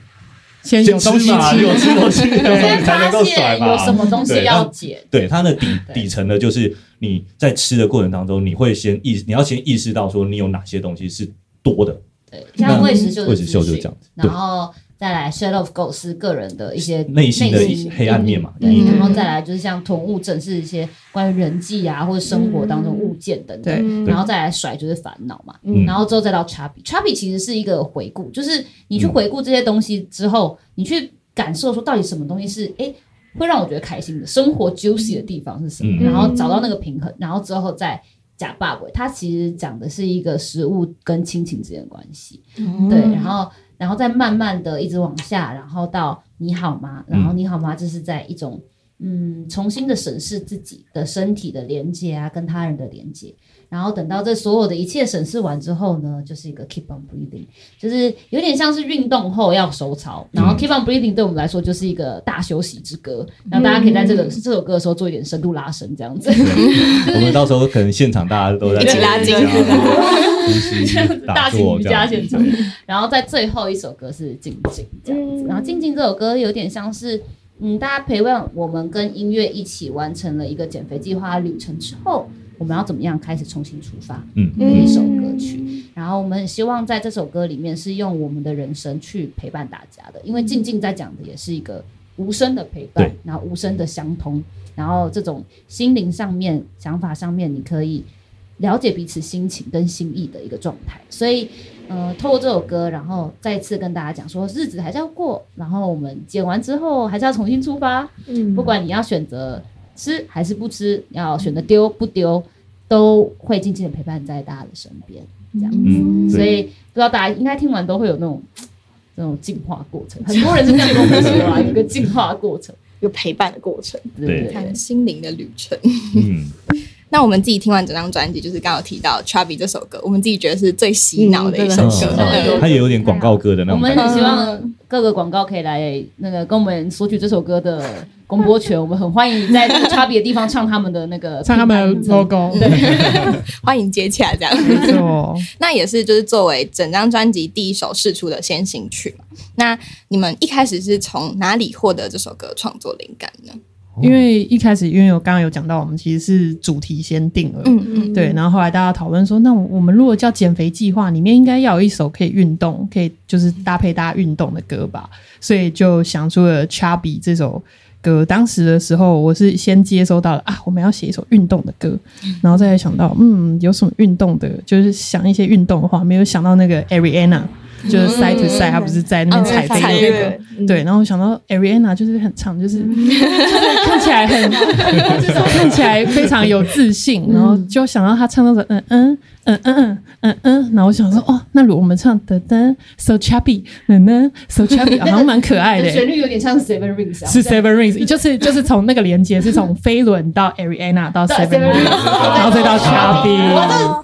D: 先有
E: 吃
D: 东西
E: 嘛，有吃东 西，然后
F: 先
E: 你才
F: 发
E: 能够甩
F: 现
E: 嘛。
F: 有什么东西
E: 对
F: 要
E: 那
F: 解，
E: 对它的底
F: 对
E: 底层的就是你在吃的过程当中，你会先意，你要先意识到说你有哪些东西是多的，
F: 对，像喂食秀
E: 喂
F: 的
E: 嗯食秀
F: 资
E: 就
F: 讯
E: 这样子对
F: 然后再来 Shadow of Ghost 是个人的一些
E: 内心的
F: 内
E: 黑暗面嘛
F: 对，
D: 嗯
F: 然后再来就是像囤物症是一些关于人际啊或者生活当中
C: 嗯
F: 物件等等，
D: 对
F: 然后再来甩就是烦恼嘛，
E: 嗯
F: 然后之后再到 Chubby，Chubby 其实是一个回顾，就是你去回顾这些东西之后，你去感受说到底什么东西是诶会让我觉得开心的，生活 juicy 的地方是什么，
E: 嗯
F: 然后找到那个平衡，然后之后再。假霸鬼，它其实讲的是一个食物跟亲情之间的关系，对，然后然后再慢慢的一直往下，然后到你好吗？然后你好吗？这是在一种嗯重新的审视自己的身体的连接啊，跟他人的连接，然后等到这所有的一切审视完之后呢，就是一个 keep on breathing，就是有点像是运动后要收操，然后 keep on breathing 对我们来说就是一个大休息之歌，然后大家可以在这个、这首歌的时候做一点深度拉伸这样子。
E: 我们到时候可能现场大家都在
C: 一起拉筋
E: 呼吸、
F: 大
E: 打
F: 型
E: 坐
F: 瑜
E: 这
F: 伽
E: 样
F: 现
E: 子
F: 场。 然后在最后一首歌是《静静》这样子。然后《静静》这首歌有点像是，嗯，大家陪伴我们跟音乐一起完成了一个减肥计划旅程之后，我们要怎么样开始重新出发？
E: 嗯
F: 的一首歌曲。嗯然后我们很希望在这首歌里面是用我们的人生去陪伴大家的，因为静静在讲的也是一个无声的陪伴
E: 对，
F: 然后无声的相通，然后这种心灵上面、想法上面，你可以了解彼此心情跟心意的一个状态。所以，呃，透过这首歌，然后再次跟大家讲说，日子还是要过，然后我们剪完之后还是要重新出发。嗯，不管你要选择吃还是不吃，要选择丢不丢，都会静静的陪伴在大家的身边，这样。
E: 嗯，
F: 所
E: 对
F: 以不知道大家应该听完都会有那种。那种进化过程，很多人是这样跟我说啊，有一个进化过程，
C: 一个陪伴的过程。
F: 对对
E: 对
B: 看心灵的旅程。
E: 嗯，
B: 那我们自己听完整张专辑，就是刚刚有提到《Chubby》这首歌，我们自己觉得是最洗脑的一首
E: 嗯
B: 歌。
E: 嗯嗯它也有点广告歌的那
F: 我
E: 种
F: 们
E: 感觉。
F: 很希望各个广告可以来那个跟我们索取这首歌的公播权，我们很欢迎在那个差别的地方唱他们的那个
D: 唱 他们的 logo，
B: 欢迎接洽这样。
D: 没错。
B: 那也是就是作为整张专辑第一首试出的先行曲嘛。那你们一开始是从哪里获得这首歌创作灵感呢？
D: 因为一开始因为我刚刚有讲到，我们其实是主题先定了，
B: 嗯嗯，
D: 对，然后后来大家讨论说，那我我们如果叫减肥计划，里面应该要有一首可以运动，可以就是搭配大家运动的歌吧，所以就想出了《Chubby》这首歌，当时的时候我是先接收到了啊，我们要写一首运动的歌，然后再来想到嗯，有什么运动的，就是想一些运动的话，没有想到那个 Ariana。就是
B: 嗯
D: 赛 to 赛，她不是在
B: 哦
D: 那边踩
C: 踩
D: 飞
C: 飞
D: 那
C: 跃
D: 个，对。然后我想到 Ariana 就是很长，就是
B: 嗯
D: 就是看起来很，就是说看起来非常有自信，然后就想到她唱到的嗯嗯嗯嗯嗯嗯嗯，然后我想说哦，那如果我们唱噔噔 so chubby 噔噔 so chubby，好像蛮可爱的欸。
F: 旋律有点像 Seven Rings 啊。
D: 是 Seven Rings，就是就是从那个连接是从飞轮到 Ariana 到 Seven
F: Seven
D: Rings，然后再到 Chubby，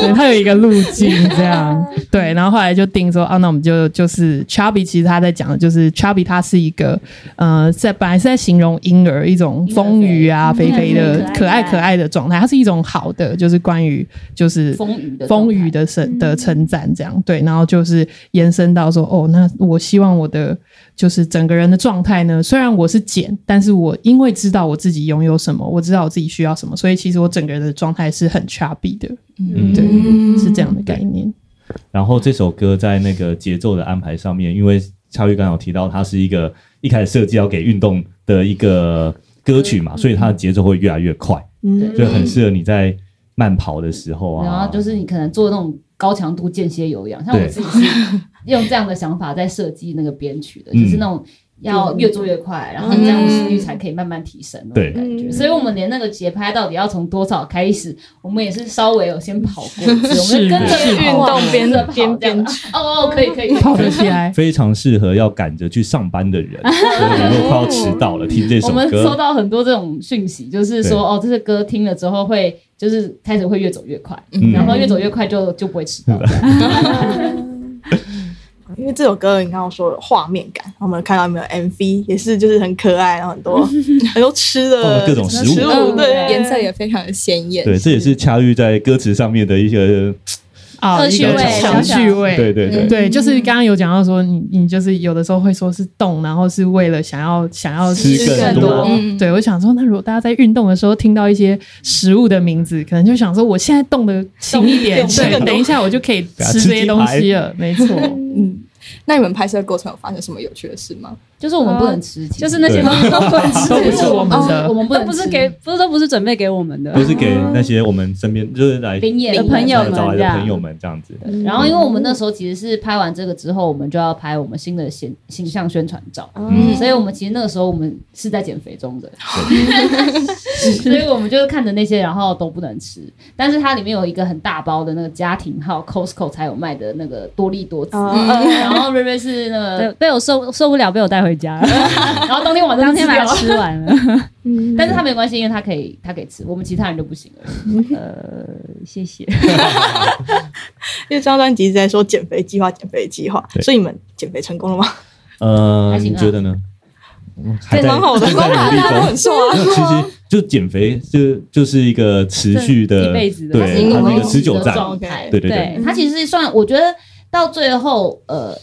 D: 对，它有一个路径这样。对，然后后来就定说啊，那我们就就是 Chubby，其实他在讲的就是 Chubby，它是一个呃，在本来是在形容婴儿一种丰腴啊、肥肥的
F: 嗯、
D: 可爱可爱的状态，它是一种好的，就是关于就是
F: 风雨的
D: 风雨的称的称赞，这样对，然后就是延伸到说，哦，那我希望我的就是整个人的状态呢，虽然我是减，但是我因为知道我自己拥有什么，我知道我自己需要什么，所以其实我整个人的状态是很 chubby 的，
E: 嗯
D: 对，是这样的概念。
E: 然后这首歌在那个节奏的安排上面，因为恰玉刚有提到，它是一个一开始设计要给运动的一个歌曲嘛，所以它的节奏会越来越快，
C: 嗯，
E: 就很适合你在慢跑的时候啊。
F: 然后就是你可能做那种高强度间歇有氧，像我
E: 对
F: 自己是用这样的想法在设计那个编曲的，就是那种要越做越快，然后这样心率才可以慢慢提升那
E: 对
F: 种感觉。所以我们连那个节拍到底要从多少开始，我们也是稍微有先跑过一次，我们就跟着
D: 是
F: 跑
D: 运
C: 动边
F: 着跑
C: 边
F: 这样
C: 边
F: 哦哦，可以可以，可以
D: 跑得起来，
E: 非常适合要赶着去上班的人，就是如果快要迟到了，听这
F: 我
E: 首
F: 们收
E: 歌，
F: 到很多这种讯息，就是
E: 对
F: 说哦，这些歌听了之后会就是开始会越走越快，
E: 嗯
F: 然后越走越快就就不会迟到。
C: 因为这首歌你刚刚说的画面感，我们看到有没有 MV 也是就是很可爱，然后很多很多吃
E: 放
C: 的
E: 了各种食物
C: 食物，对，
G: 嗯颜色也非常的鲜艳。
E: 对，这也是恰玉在歌词上面的一个，
D: 啊，
H: 恶
D: 一
H: 趣
D: 个
H: 味
D: 小
H: 小
D: 趣味，
E: 对对对，
D: 对，就是刚刚有讲到说，你你就是有的时候会说是动，然后是为了想要想要
E: 吃更多
G: 嗯
D: 对，我想说，那如果大家在运动的时候听到一些食物的名字，可能就想说，我现在动的轻一点，
C: 动一点吃
D: 对，
C: 更多
D: 等一下我就可以
E: 对啊
D: 吃
E: 吃
D: 这些
E: 鸡
D: 东
E: 排
D: 西了。没错，
G: 嗯，那你们拍摄过程有发生什么有趣的事吗？
F: 就是我们不能吃，其实
H: 就是那些
E: 对
H: 东西都不能吃，
D: 都不是我们的
F: 哦我们不
H: 都
F: 能
H: 不是
F: 吃
H: 给，不是都不是准备给我们的
E: 都。是给那些我们身边就是来
F: 林野的
H: 朋友们
E: 找来的
H: 这样
E: 朋友们这样子。
F: 然后，因为我们那时候其实是拍完这个之后，我们就要拍我们新的形形象宣传照，
E: 嗯
F: 所以我们其实那个时候我们是在减肥 中的， 所以我们就是看着那些，然后都不能吃。但是它里面有一个很大包的那个家庭号 Costco 才有卖的那个多利多滋，然后瑞瑞是那
H: 对，
F: 个，
H: 被我受受不了，被我带回 家了，
F: 然后当天晚上
H: 当天把它
F: 吃掉
H: 吃完了。
C: 嗯
F: 但是他没关系，因为他可以，他可以吃，我们其他人就不行了。
H: 谢谢。
C: 因为这张专辑一直在说减肥计划，减肥计划，
E: 对
C: 所以你们减肥成功了吗？
E: 呃，
F: 还行
E: 你
F: 啊
E: 觉得呢？嗯还
C: 蛮好的
E: 还在努力
G: 大家都
E: 中
G: 很。瘦 啊，
E: 那其实就减肥就就是一个持续的，
H: 这一辈子的
E: 对，它
G: 它是
E: 那
G: 一
E: 个
G: 个
E: 持久战，
F: 状态。
E: 对对对，
H: 对
F: 它其实是算，我觉得到最后，呃，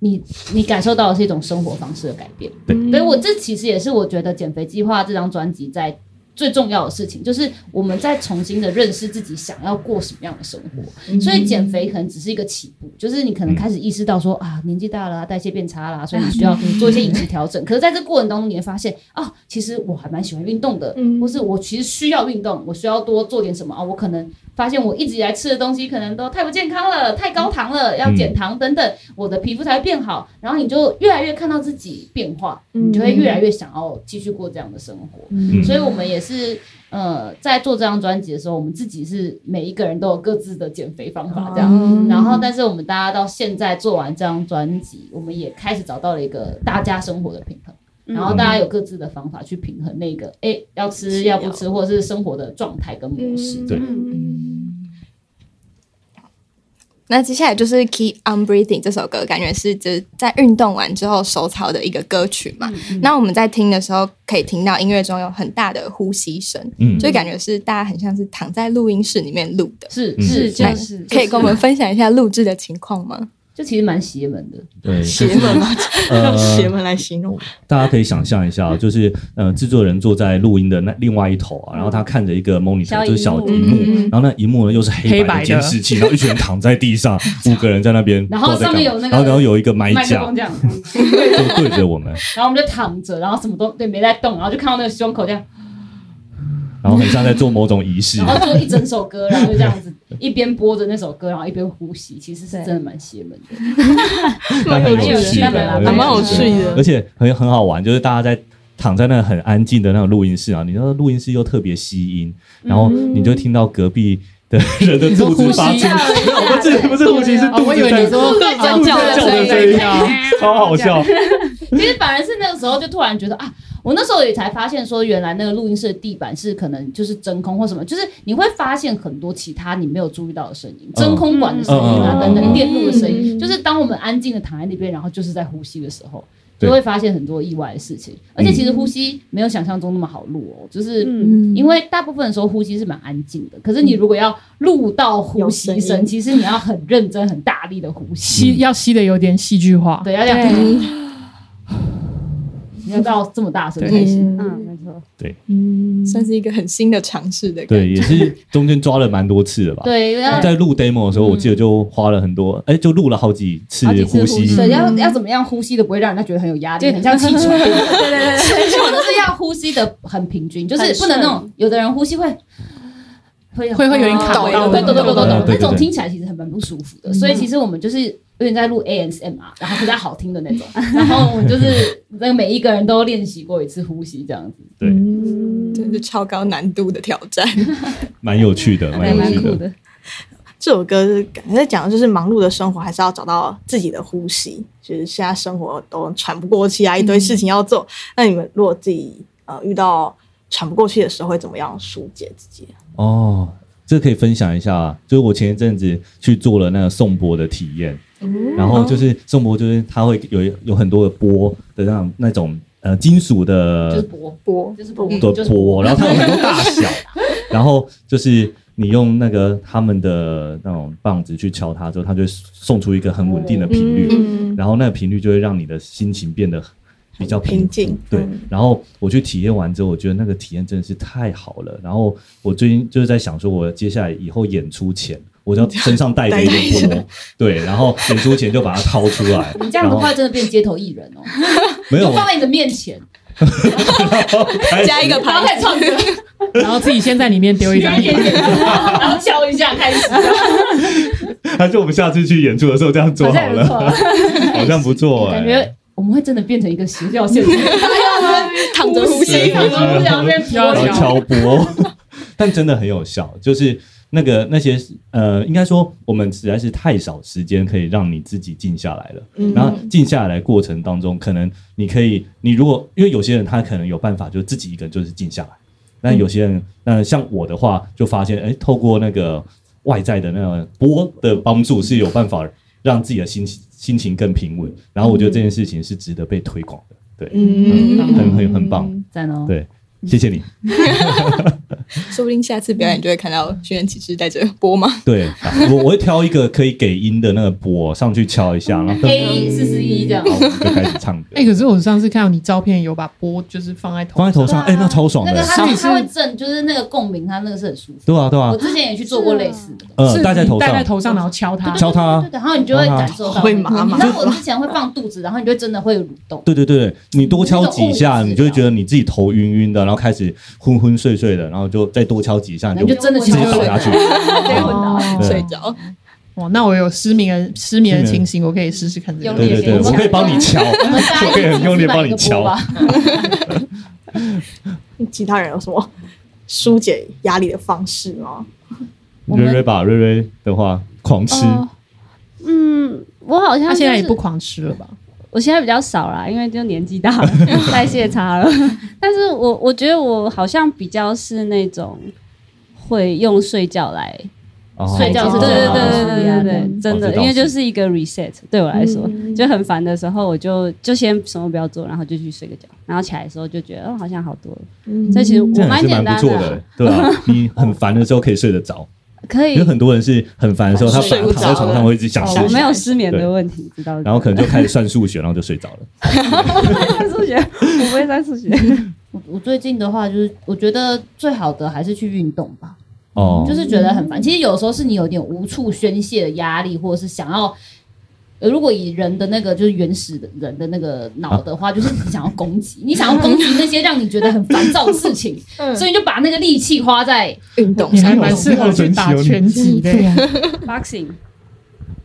F: 你你感受到的是一种生活方式的改变。
E: 对
C: 嗯
F: 所以我这其实也是我觉得《减肥计划》这张专辑在。最重要的事情就是我们在重新的认识自己想要过什么样的生活，所以减肥可能只是一个起步，就是你可能开始意识到说啊年纪大了啊、代谢变差了啊、所以你需要做一些饮食调整。可是在这过程当中，你会发现啊，其实我还蛮喜欢运动的，或是我其实需要运动，我需要多做点什么啊，我可能发现我一直以来吃的东西可能都太不健康了，太高糖了，要减糖等等，我的皮肤才会变好。然后你就越来越看到自己变化，
H: 嗯
F: 你就会越来越想要继续过这样的生活。
E: 嗯
F: 所以我们也是呃，在做这张专辑的时候，我们自己是每一个人都有各自的减肥方法这样。
C: 嗯
H: 嗯
F: 然后，但是我们大家到现在做完这张专辑，我们也开始找到了一个大家生活的平衡。
H: 嗯
F: 然后大家有各自的方法去平衡那个，哎，要吃要不吃，或者是生活的状态跟模
H: 嗯
F: 式。
E: 对
G: 那接下来就是《Keep on Breathing》这首歌，感觉是就是在运动完之后手抄的一个歌曲嘛。那我们在听的时候，可以听到音乐中有很大的呼吸声，
E: 嗯，
G: 就感觉是大家很像是躺在录音室里面录的。
F: 是
E: 嗯
F: 是
H: 是
F: 就
H: 就是是
G: 可以跟我们分享一下录制的情况吗？
F: 就其实蛮邪门的。
E: 对，
C: 邪门吗？
E: 呃
C: 用 邪门来形容，
E: 大家可以想象一下，就是呃，制作人坐在录音的那另外一头啊，然后他看着一个 monitor，
F: 小
E: 就是小
F: 荧
E: 荧
F: 幕
E: 幕，然后那荧幕呢又是黑
D: 黑
E: 白的
D: 白的
E: 监视器，然后一群人躺在地上，五个人在那边，
F: 然后
E: 不知道在
F: 上面
E: 干嘛
F: 有那个
E: 然后然后有一个麦
F: 麦克
E: 架
F: 风这样，
E: 就对着我们，
F: 然后我们就躺着，然后什么都对没在动，然后就看到那个胸口这样，
E: 然后很像在做某种仪 式
F: 然。后做一整首歌，然后就这样子一边播着那首歌，然后一边呼吸，其实是真的蛮邪门的。
E: 蛮有趣
F: 趣
E: 的，
F: 的
C: 还蛮有趣的
E: 而且很很好玩，就是大家在躺在那很安静的那种录音室啊，你知道录音室又特别吸音，然后你就听到隔壁的人的肚 子发出， 不是不是呼吸，是
D: 哦
E: 肚
D: 我以
E: 子
D: 为
E: 在
D: 你说
E: 肚子在叫的声音啊，超好笑。
F: 其实反而是那个时候就突然觉得啊，我那时候也才发现说，原来那个录音室的地板是可能就是真空或什么，就是你会发现很多其他你没有注意到的声音，真空管的声音啊
E: 嗯
F: 等
E: 嗯
F: 等电路的声
H: 嗯
F: 音，就是当我们安静的躺在那边，然后就是在呼吸的时候。
E: 对嗯
F: 就会发现很多意外的事情，而且其实呼吸没有想象中那么好录哦，就是
H: 嗯
F: 因为大部分的时候呼吸是蛮安静的，可是你如果要录到呼吸
C: 有声
F: 声，
C: 音
F: 其实你要很认真、很大力的呼吸，
D: 吸要吸的有点戏剧化，
F: 对，要这样， 你要到这么大声才行。
H: 嗯，没错，
G: 算是一个很新的尝试的感觉。
E: 对，也是中间抓了蛮多次的吧。
F: 对，要
E: 在录 demo 的时候，我记得就花了很多，哎，就录了好几次
F: 好几次
E: 呼
F: 呼
E: 吸。
D: 嗯
F: 对，要要怎么样呼吸的不会让人家觉得很有压力，很像气 喘。对对对，气喘就是要呼吸的很平均，就是不能那种有的人呼吸会。会
D: 会会有点卡
F: 抖
D: 到
F: 会抖抖抖抖抖
E: 嗯，对
F: 那
E: 对
F: 种
E: 对
F: 听起来其实很蛮不舒服
D: 嗯
F: 的。所以其实我们就是有点在录 ASMR，然后啊比较好听的那 种。然后我就是那个每一个人都练习过一次呼吸这样子。
E: 对，
G: 对，是超高难度的挑战。
E: 蛮有趣的，蛮
H: 还
E: 有
H: 蛮
E: 趣
H: 酷
E: 的。
H: 的。
C: 这首歌是感觉在讲，的就是忙碌的生活还是要找到自己的呼吸。就是现在生活都喘不过气啊，一堆事情要做。那你们如果自己呃遇到喘不过气的时候，会怎么样疏解自己？
E: 哦，这可以分享一下啊，就是我前一阵子去做了那个颂钵的体验，
F: 嗯
E: 然后就是颂钵，就是它会有有很多的钵的那种那种呃金属
F: 就
E: 的
F: 是播，
G: 播
F: 就是播，
D: 嗯
E: 的
F: 就是
E: 钵，然后它有很多大小， 然后就是你用那个他们的那种棒子去敲它之后，它就会送出一个很稳定的频率，
C: 嗯，
E: 然后那个频率就会让你的心情变得比较平嗯
C: 平静。
E: 对，然后我去体验完之后，我觉得那个体验真的是太好了。然后我最近就是在想说，我接下来以后演出前，我 就要身上带着一个钵，对，然后演出前就把它掏出来。
F: 你这样
E: 然
F: 的
E: 后
F: 话真的变街头艺人哦，
E: 没有哎
F: 就放在你的面前，
E: 开始
G: 加一个
F: 然后
G: 牌，
F: 开始唱歌，
D: 然后自己先在里面丢一张
F: 一点点，然后敲一下开始，
E: 还是我们下次去演出的时候这样做好了，
F: 好像也
E: 好像不错哎、
F: 感觉我们会真的变成一个邪教现实，
G: 躺着呼吸
E: 对，
F: 然后两边
E: 然后
D: 要
F: 播，
E: 敲钵，哦 但真的很有效，就是。那个那些呃，应该说我们实在是太少时间可以让你自己静下来了。
C: 嗯
E: 然后静下来过程当中，可能你可以，你如果因为有些人他可能有办法，就自己一个人就是静下来。那有些人，那像我的话，就发现，哎，透过那个外在的那个波的帮助，是有办法让自己的心情心情更平稳。然后我觉得这件事情是值得被推广的，对，
C: 嗯，
E: 很很很棒，
F: 赞哦，
E: 对，谢谢你，
G: 说不定下次表演就会看到轩辕骑士带着播嘛。
E: 对啊我我会挑一个可以给音的那个波上去敲一下，然后
F: A 四四一这样
E: 好，。我们就开始唱歌
D: 哎、，可是我上次看到你照片有把波就是放在头
E: 放在头上，哎，那超爽
F: 那个
E: 的，
F: 它它会震，就是那个共鸣，它那个是很舒服。
E: 对啊对啊
F: 我，之前也去做过类似的，
E: 呃，
D: 是
E: 戴在头
D: 你戴在
E: 上，
D: 头上然后敲它，
E: 啊敲啊它
F: 对，。然后你就会感受到
C: 会麻麻
F: 你知道我之前会放肚子，然后你就真的会蠕动。
E: 对对对，你多敲几下，
F: 那种物理
E: 你就会觉得你自己头晕晕的，然后开始昏昏睡睡的，然后就再多敲几下，
F: 然
E: 你
F: 后
E: 就
F: 就真的
E: 直
F: 敲
E: 接倒下去。
D: 哦
G: 睡着，
D: 哇，那我有失眠的失眠的
E: 失眠
D: 情形，我可以试试看这个。
F: 用
E: 对
F: 力
E: 对对，
F: 我
E: 我
F: 们
E: 可以帮你敲，
F: 我们大家
E: 我可以很用力帮你敲。
C: 其他人有什么疏解压力的方式吗？
F: 我们
E: 瑞瑞吧，瑞瑞的话狂吃，
H: 哦嗯，我好像
D: 他现在也
H: 就是
D: 不狂吃了吧？
H: 我现在比较少啦，因为就年纪大 了，代谢差了。但是我我觉得我好像比较是那种会用睡觉来，
E: 哦
F: 睡觉是
H: 对
F: 最
H: 对
F: 好
H: 对
F: 的
H: 对
F: 舒压
H: 对对对，真
E: 哦
H: 的
E: 这，倒
H: 因为
E: 是嗯
H: 就是一个 reset 对我来说，就很烦的时候，我就就先什么不要做，然后就去睡个觉，然后起来的时候就觉得哦好像好多了，所以其实我
E: 嗯
C: 嗯
E: 这样也是
H: 简
E: 蛮
H: 单
E: 不错
H: 的啊
E: 的，对吧？你很烦的时候可以睡得着，
H: 可以
E: 有，很多人是很烦的时候，他
C: 睡
E: 反
C: 不
E: 而
C: 着
E: 躺在床上会一直想
H: 哦
E: 睡
H: 我没
E: 醒，
H: 有失眠的问题，知道这个。
E: 然后可能就开始算数学，然后就睡着了。
H: 算数学， 我不会算数 学。
F: 我我最近的话就是，我觉得最好的还是去运动吧。
E: 哦，
F: 就是觉得很烦。其实有时候是你有点无处宣泄的压力，或者是想要。呃如果以人的那个就是原始的人的那个
E: 啊
F: 脑的话，就是你想要攻击，你想要攻击那些让你觉得很烦躁的 事情，
E: 嗯
F: 所以你就把那个力气花在
G: 运动
D: 你
G: 上
D: 还蛮适合去打拳击的，呀，
H: Boxing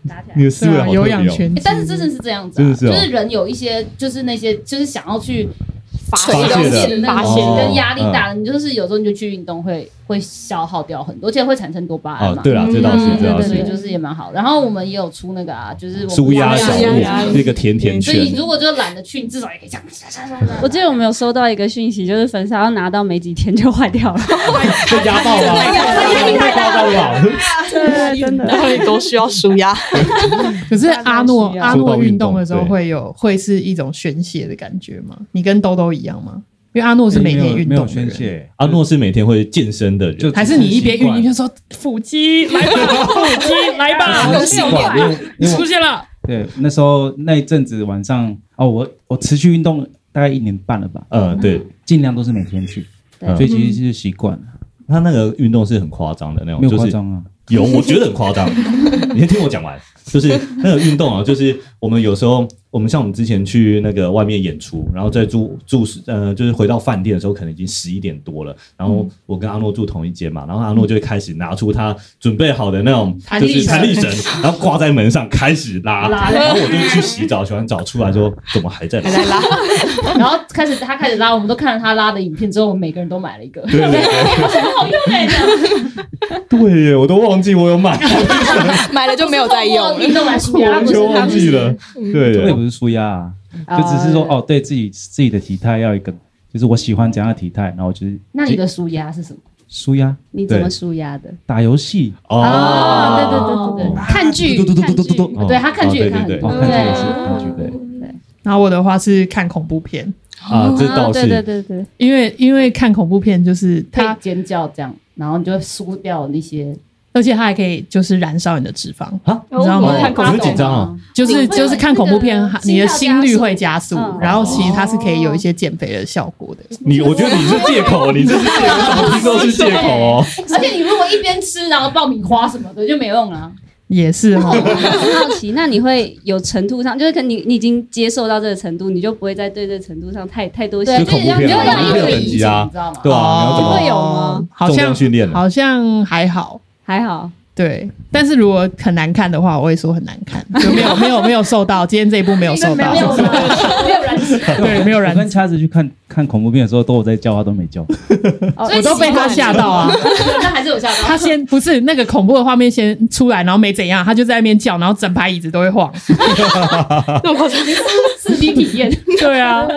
H: 打起来。
E: 你的思
D: 对
E: 维
D: 啊，
E: 好
D: 有
E: 特
D: 氧
E: 别哦。
D: 拳击
F: 欸。但是真的是这样子、
E: 真
F: 啊，
E: 的是哦
F: 就是人有一些，就是那些就是想要去发
G: 发泄
F: 东
E: 的
F: 西的那
G: 发
F: 种
G: 泄
F: 情绪
E: 的
F: 跟压力大
E: 嗯
F: 的，你就是有时候你就去运动会会消耗掉很多，而且会产生多巴胺
E: 哦
F: 嘛。，
E: 对啦，这倒是
F: 嗯，
E: 这倒
F: 对对对，
E: 是，
F: 就是也蛮好。然后我们也有出那个啊，就是我
E: 舒
F: 们
E: 压小
F: 家的
C: 舒压
E: 物，那个甜甜
F: 啊所
E: 圈
F: 以，你如果就懒得去，你至少也可以这样。唰唰唰唰
H: 我记得我们有收到一个讯息，就是粉砂要拿到没几天就坏掉了。
E: 被压爆了，被压到老。
I: 啊
H: 对，真的。
C: 然后你多需要舒压，
D: 可是阿诺
H: 需要
D: 阿诺
E: 说到
D: 运
E: 运
D: 动
E: 动
D: 的时候
E: 对
D: 会有会是一种宣泄的感觉吗？你跟兜兜一样吗？因为阿诺是每天运
I: 没有
D: 动的
I: 宣
D: 人，
I: 泄，
E: 阿诺是每天会健身的
I: 就
E: 人，
D: 还是你一边运一边说腹肌来吧，腹肌来
F: 啊
D: 吧，
I: 我习惯，因为因为
D: 出
I: 我
D: 现了。
I: 对那时候那一阵子晚上哦，我我持续运动大概一年半了吧，
E: 嗯，对，
I: 尽量都是每天去，
E: 嗯
I: 所以其实是习惯了，
E: 他那个运动是很夸张的那
I: 没有
E: 种，哦就
I: 夸
E: 是
I: 张啊。
E: 有，我觉得很夸张。你先听我讲完，就是那个运动啊，就是我们有时候，我们像我们之前去那个外面演出，然后再住住呃，就是回到饭店的时候，可能已经十一点多了。然后我跟阿诺住同一间嘛，然后阿诺就会开始拿出他准备好的那种
D: 弹
E: 就
D: 力
E: 是
D: 绳
E: 弹力绳，然后挂在门上开始拉，然后我就去洗澡，洗完澡出来说怎么还在拉？
C: 来拉，
F: 然后开始他开始拉，我们都看了他拉的影片之后，我们每个人都买了一个。
E: 对对对，
F: 好用哎、欸，
E: 对 耶，我都忘记我有买，
G: 买了就没有再用了。
F: 运动来舒压，
E: 我
F: 不是
E: 就
F: 他
E: 忘
F: 不
E: 记
F: 是
E: 了。对
I: 这
E: 耶
I: 个，不是舒压啊，就只是说
F: 啊
I: 哦，对自己自己的体态要一个，就是我喜欢怎样的体态，然后就是
F: 那你的舒压是什么？
I: 舒压，
H: 你怎么舒压的？
I: 打游戏，
F: 啊
E: 哦，
H: 对对对对对，看剧，
I: 嘟嘟嘟嘟嘟嘟嘟
H: 看剧
E: 哦
F: 对他看剧
E: 哦
F: 也
E: 对
F: 看很
E: 对
I: 哦，
F: 多，
I: 看电视，
F: 对，啊
I: 看剧，对，
D: 然后我的话是看恐怖片，
E: 啊，这倒
H: 啊对对
E: 是
H: 对对，
D: 因为因为看恐怖片就是
F: 可以
D: 它，
F: 尖叫这样，然后你就会输掉那些，
D: 而且它还可以就是燃烧你的脂肪，
E: 啊，
D: 你知道吗？
E: 你会紧张啊？
D: 就是
F: 你会有
D: 就是看恐怖片
F: 那个，
D: 你的心率会加
H: 心
D: 速
H: 跳加，速
D: 然后其实它是可以有一些减肥的效果的。
E: 你我觉得你是借口，你这是借口，听说是借口哦。
F: 而且你如果一边吃然后爆米花什么的就没用了、啊，
D: 也是哈，
H: 很好奇，那你会有程度上，就是可能你你已经接受到这个程度，你就不会再对这个程度上太太多
F: 对，
E: 就
H: 想
E: 是恐怖片啊
F: 你就像
E: 恐
F: 一
E: 怖片
F: 个
E: 有等
F: 引
E: 级啊
F: 你知道吗？
E: 对
D: 哦
E: 啊，你要怎
H: 会
E: 么
H: 有吗？
D: 好
E: 重量
D: 像
E: 训练了？
D: 好像还好，
H: 还好，
D: 对。但是如果很难看的话，我会说很难看，就没有没有没有受到，今天这一部没有受
F: 没有
D: 到
F: 没，有 没有燃烧，
D: 对，没有
I: 我
D: 燃
I: 跟，掐子去看看恐怖片的时候，都有在叫，他都没叫。
F: 所以
D: 我都被他吓到啊。
F: 但还是有吓到。
D: 他先不是那个恐怖的画面先出来，然后没怎样，他就在那边叫，然后整排椅子都会 晃。
F: 刺激体验，
D: 对啊，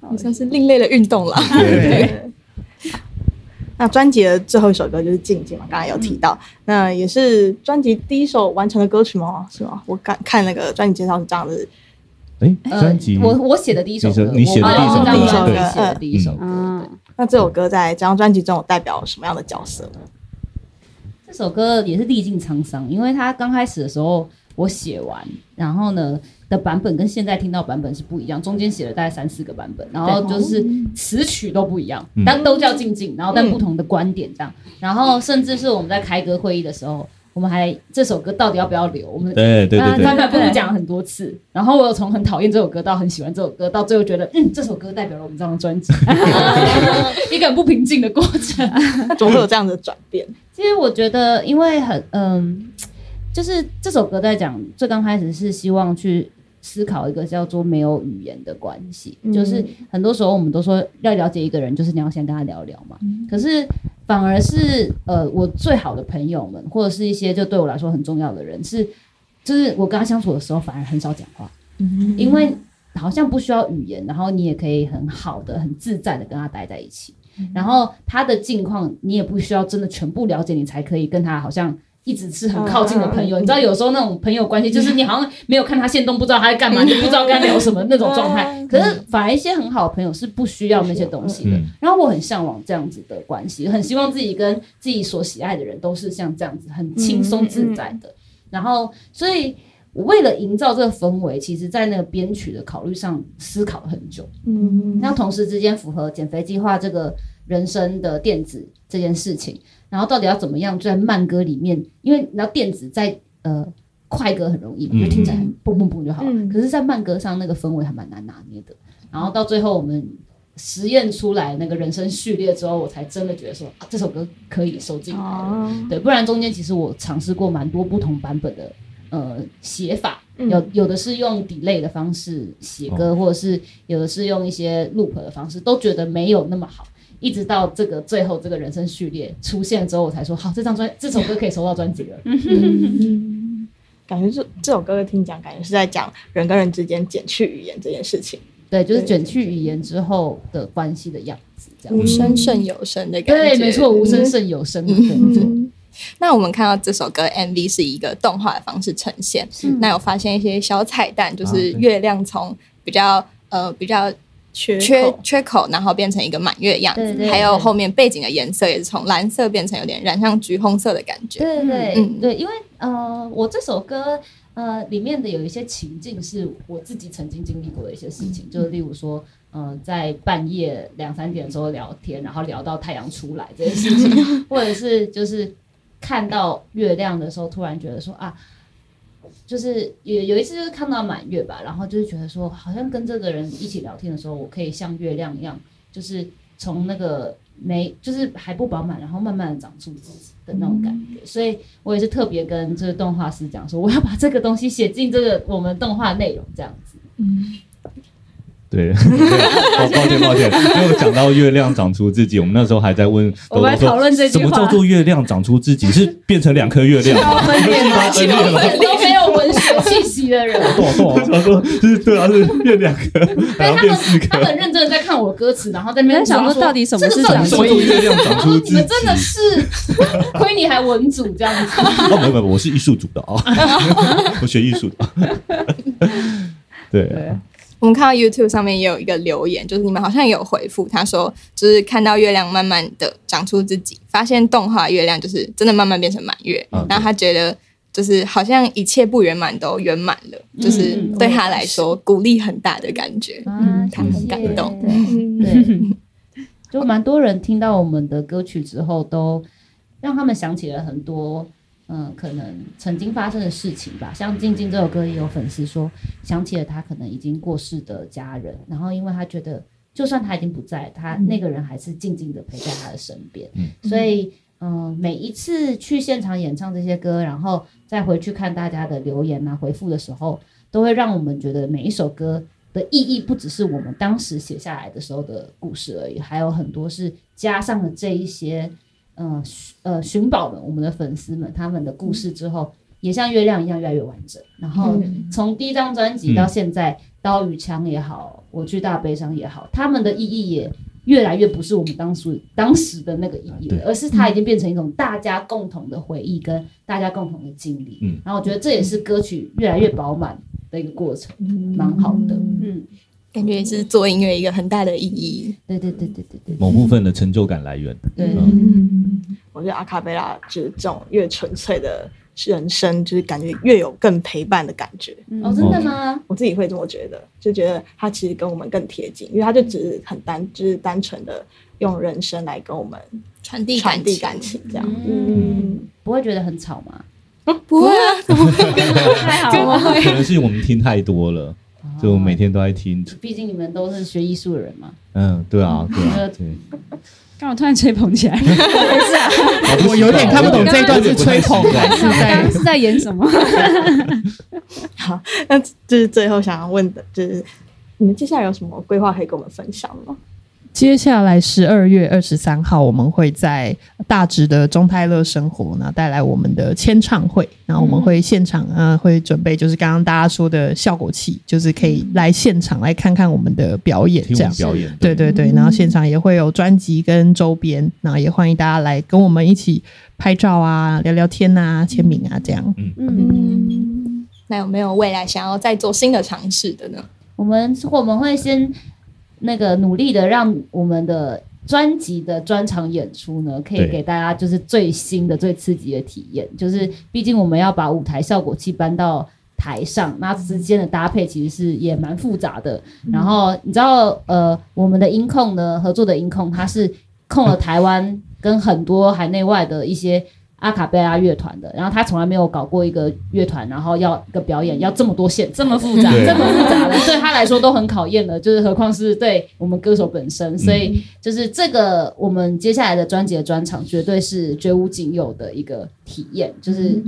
G: 好像是另类的运动啦。
E: 对，
C: 那专辑的最后一首歌就是《静静》嘛，刚才有提到，那也是专辑第一首完成的歌曲吗？是吗？我刚看那个专辑介绍是这样子，
E: 哎，
F: 呃
E: 专辑
F: 我我写的第一首歌，
E: 你写你写的
C: 第一首
F: 我我
C: 歌
F: 我
C: 对
F: 写的第一首歌。对
H: 嗯，
C: 那这首歌在这张专辑中有代表什么样的角色呢？
F: 这首歌也是历尽沧桑，因为它刚开始的时候我写完，然后呢的版本跟现在听到版本是不一样，中间写了大概三四个版本，然后就是
H: 嗯
F: 词曲都不一样
E: 嗯，
F: 但都叫静静，然后但不同的观点这样，然
H: 嗯
F: 后甚至是我们在开歌会议的时候，我们还这首歌到底要不要留，我们
E: 对对对
F: 啊，
E: 对
F: 反，反复复讲了很多次，然后我有从很讨厌这首歌到很喜欢这首歌，到最后觉得嗯，这首歌代表了我们这张专辑， 一个很不平静的过程。
C: 那怎么会有这样的转变？
F: 其实我觉得，因为很嗯，就是这首歌在讲最刚开始是希望去思考一个叫做没有语言的关系，就是很多时候我们都说要了解一个人，就是你要先跟他聊聊嘛。可是反而是呃，我最好的朋友们，或者是一些就对我来说很重要的人，是就是我跟他相处的时候，反而很少讲话，
H: 嗯
C: 嗯
F: 因为好像不需要语言，然后你也可以很好的、很自在的跟他待在一起。然后他的近况，你也不需要真的全部了解，你才可以跟他好像一直是很靠近的朋友，你知道有时候那种朋友关系，就是你好像没有看他现动，不知道他在干嘛，你不知道跟他聊什么那种状态。可是反而一些很好的朋友是不需要那些东西的
E: 嗯。
F: 然后我很向往这样子的关系，很希望自己跟自己所喜爱的人都是像这样子很轻松自在
H: 嗯
F: 的。然后，所以我为了营造这个氛围，其实在那个编曲的考虑上思考了很久。
C: 嗯，
F: 那同时之间符合减肥计划这个人生的电子这件事情，然后到底要怎么样在慢歌里面，因为你知道电子在呃快歌很容易嘛，
E: 嗯
F: 就听起来嘣嘣嘣就好了，可是，在慢歌上那个氛围还蛮难拿捏的。然后到最后我们实验出来那个人生序列之后，我才真的觉得说啊，这首歌可以收进来了。
C: 哦
F: 对，不然中间其实我尝试过蛮多不同版本的呃写法，有有的是用 delay 的方式写歌，或者是有的是用一些 loop 的方式，都觉得没有那么好。一直到这个最后这个人生序列出现之后，我才说好，这张专这首歌可以收到专辑了。
C: 感觉这这首歌听讲，感觉是在讲人跟人之间减去语言这件事情。
F: 对，嗯就是卷去语言之后的关系的样子，这样。
G: 无声胜有声的感觉。嗯
F: 对，没错，无声胜有声。对
C: 嗯
F: 没错
G: 那我们看到这首歌 MV 是以一个动画的方式呈现，那有发现一些小彩蛋，就是
I: 啊对
G: 月亮从比较呃比较
C: 缺
G: 缺
C: 口
G: 缺口，然后变成一个满月的样
F: 对
G: 子
F: 对，
G: 还有
F: 对
G: 后面背景的颜色也是从蓝色变成有点染上橘红色的感觉。
F: 对对、
G: 嗯
F: 对，因为呃，我这首歌呃里面的有一些情境是我自己曾经经历过的一些事
G: 嗯
F: 情，就是例如说，呃，在半夜两三点的时候聊天，然后聊到太阳出来这件事 情，或者是就是看到月亮的时候，突然觉得说啊。就是有有一次就是看到满月吧，然后就是觉得说，好像跟这个人一起聊天的时候，我可以像月亮一样，就是从那个没就是还不饱满，然后慢慢的长出自己的那种感
E: 嗯
F: 觉。所以我也是特别跟这个动画师讲说，我要把这个东西写进这个我们动画内容这样 子。
E: 对，抱抱歉抱歉，因为我讲到月亮长出自己，我们那时候还在问，
H: 我们来讨论这句
E: 怎
H: 话
E: 么叫做月亮长出自己？是变成两颗月亮吗？
F: 我们都没有文学气息的人，
E: 懂懂，我想哦说，是对啊，是变两颗，还
F: 但
E: 要
F: 他
E: 变
F: 们
E: 四
F: 他
E: 颗。
F: 们认真的在看我的歌词，然后在那
H: 你
F: 边
H: 在想
F: 抓
H: 说
F: 说
H: 到底什么是
F: 这个 到底
H: 什么
E: 什？么叫月亮长
F: 然后
E: 出
F: 哦你
E: 自己
F: 们？真的是， 亏你还文组这样子。
E: 哦，没有没有，我是艺术组的啊， 我学艺术的。 对啊，
G: 我们看到 YouTube 上面也有一个留言，就是你们好像有回复，他说就是看到月亮慢慢的长出自己，发现动画月亮就是真的慢慢变成满月，
E: 嗯
G: 然后他觉得就是好像一切不圆满都圆满了，就是对他来说鼓励很大的感觉。嗯
F: 啊，
G: 他很感动
F: 谢谢。对， 就蛮多人听到我们的歌曲之后，都让他们想起了很多，嗯、可能曾经发生的事情吧。像《静静》这首歌，也有粉丝说想起了他可能已经过世的家人，然后因为他觉得，就算他已经不在，他那个人还是静静的陪在他的身边，
E: 嗯
F: 所以。嗯，每一次去现场演唱这些歌，然后再回去看大家的留言啊、回复的时候，都会让我们觉得每一首歌的意义不只是我们当时写下来的时候的故事而已，还有很多是加上了这一些，呃寻呃寻宝们，我们的粉丝们他们的故事之后，也像月亮一样越来越完整。然后从第一张专
E: 嗯
F: 辑到现在，刀与枪也好，我去大悲伤也好，他们的意义也。越来越不是我们当初当时的那个意义
E: 对
F: 了，而是它已经变成一种大家共同的回忆跟大家共同的经历。
E: 嗯
F: 然后我觉得这也是歌曲越来越饱满的一个过程，蛮好的。嗯，
G: 感觉也是做音乐一个很大的意义。
F: 对对对对对对
E: 某部分的成就感来源。
F: 对，
C: 嗯
E: 嗯
C: 我觉得阿卡贝拉就是这种越纯粹的人生，就是感觉越有更陪伴的感觉。
E: 嗯
F: 哦，真的吗？
C: 我自己会这么觉得，就觉得他其实跟我们更贴近，因为他就只是很单，就是单纯的用人生来跟我们
G: 传递
C: 传
G: 感
C: 递
G: 情，
C: 感情这样。
F: 嗯，不会觉得很吵吗？
G: 不会啊，
H: 太好了，
E: 可能是我们听太多了，就我每天都在听。
F: 毕竟你们都是学艺术的人嘛。
E: 嗯，对啊，对啊，对。
H: 刚好突然吹捧起来，
D: 我有点看不懂这一段是吹捧
E: 我刚刚
D: 还是
H: 刚
D: 在
H: 刚是在演什么？
C: 那就是最后想要问的，就是你们接下来有什么规划可以跟我们分享吗？
D: 接下来十二月二十三号，我们会在大直的中泰乐生活呢带来我们的签唱会，然后我们会现场呃会准备就是刚刚大家说的效果器，就是可以来现场来看看我们的表演
E: 听
D: 这
E: 我
D: 样
E: 们。表演，
D: 对对对，然后现场也会有专辑跟周边，然后也欢迎大家来跟我们一起拍照啊、聊聊天啊、签名啊这样。
G: 嗯，那有没有未来想要再做新的尝试的呢？
F: 我们我们会先那个努力的让我们的专辑的专场演出呢，可以
E: 对
F: 给大家就是最新的、最刺激的体验。就是毕竟我们要把舞台效果器搬到。台上那之间的搭配其实是也蛮复杂的，然后你知道呃，我们的音控呢合作的音控，它是控了台湾跟很多海内外的一些阿卡贝拉乐团的，然后他从来没有搞过一个乐团，然后要一个表演要这么多线，这么复杂
E: 对
F: 这么复杂的，对他来说都很考验了，就是何况是对我们歌手本身，所以就是这个我们接下来的专辑的专场绝对是绝无仅有的一个体验，就是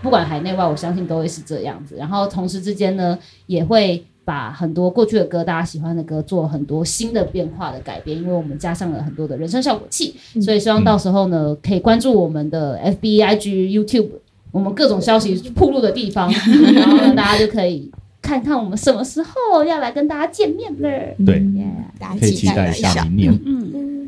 F: 不管海内外，我相信都会是这样子。然后同时之间呢，也会把很多过去的歌，大家喜欢的歌，做很多新的变化的改变，因为我们加上了很多的人声效果器，
E: 嗯
F: 所以希望到时候呢，可以关注我们的 FB、IG、YouTube，我们各种消息铺路的地 方，然后呢，大家就可以看看我们什么时候要来跟大家见面了。
E: 对，
G: 嗯大家
E: 可以期
G: 期
E: 待
G: 待
E: 一下明年。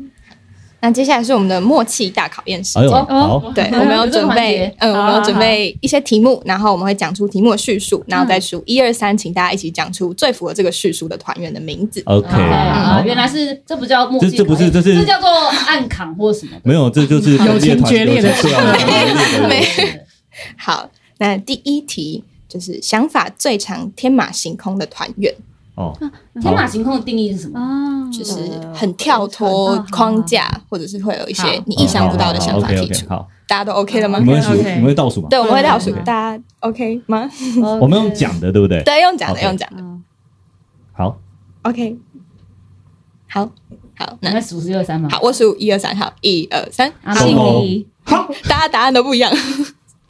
G: 那接下来是我们的默契大考验时
E: 哎
G: 间。哦
E: 呦，好，
G: 对，
F: 哎呦
G: 我们有
F: 这个
G: 准
F: 环
G: 备
F: 节，
G: 嗯，我
F: 好啊好
G: 们有
F: 好
G: 准备一些题目，然后我们会讲出题目的叙述，然后
F: 嗯
G: 再数一二三，请大家一起讲出最符合这个叙述的团员的名字。
E: OK，
F: 啊，
E: 好，
F: 原来是这不叫默契考验，
E: 这这不是这是
F: 叫做暗扛或什么的。
E: 没有，这就是
D: 友情决裂的
E: 友情对啊友情决裂的
G: 没好，那第一题就是想法最常天马行空的团员，
E: 哦，
F: 天马行空的定义是什么？
H: 啊，
G: 就是很跳脱框架，或者是会有一些你意想不到的想法提出。
E: 好，嗯
G: 大家都 OK 了吗
E: 你？们会数，
D: OK，OK
E: 你们会倒数吗？
G: 对，我们会倒数
F: 嗯嗯，嗯
G: 大家 OK 吗？
H: 嗯
E: 我们用讲的，对不对？
G: 对，用讲的，
E: OK
G: 用讲的
H: 哦
E: 好，
G: ，OK。好，好，
F: 你
G: 那
F: 们数四六三吗？
G: 好，我数一二三，好，一二三，
H: 啊
F: 阿
E: 信
F: 诺，
H: 迪，
G: 大家答案都不一 样。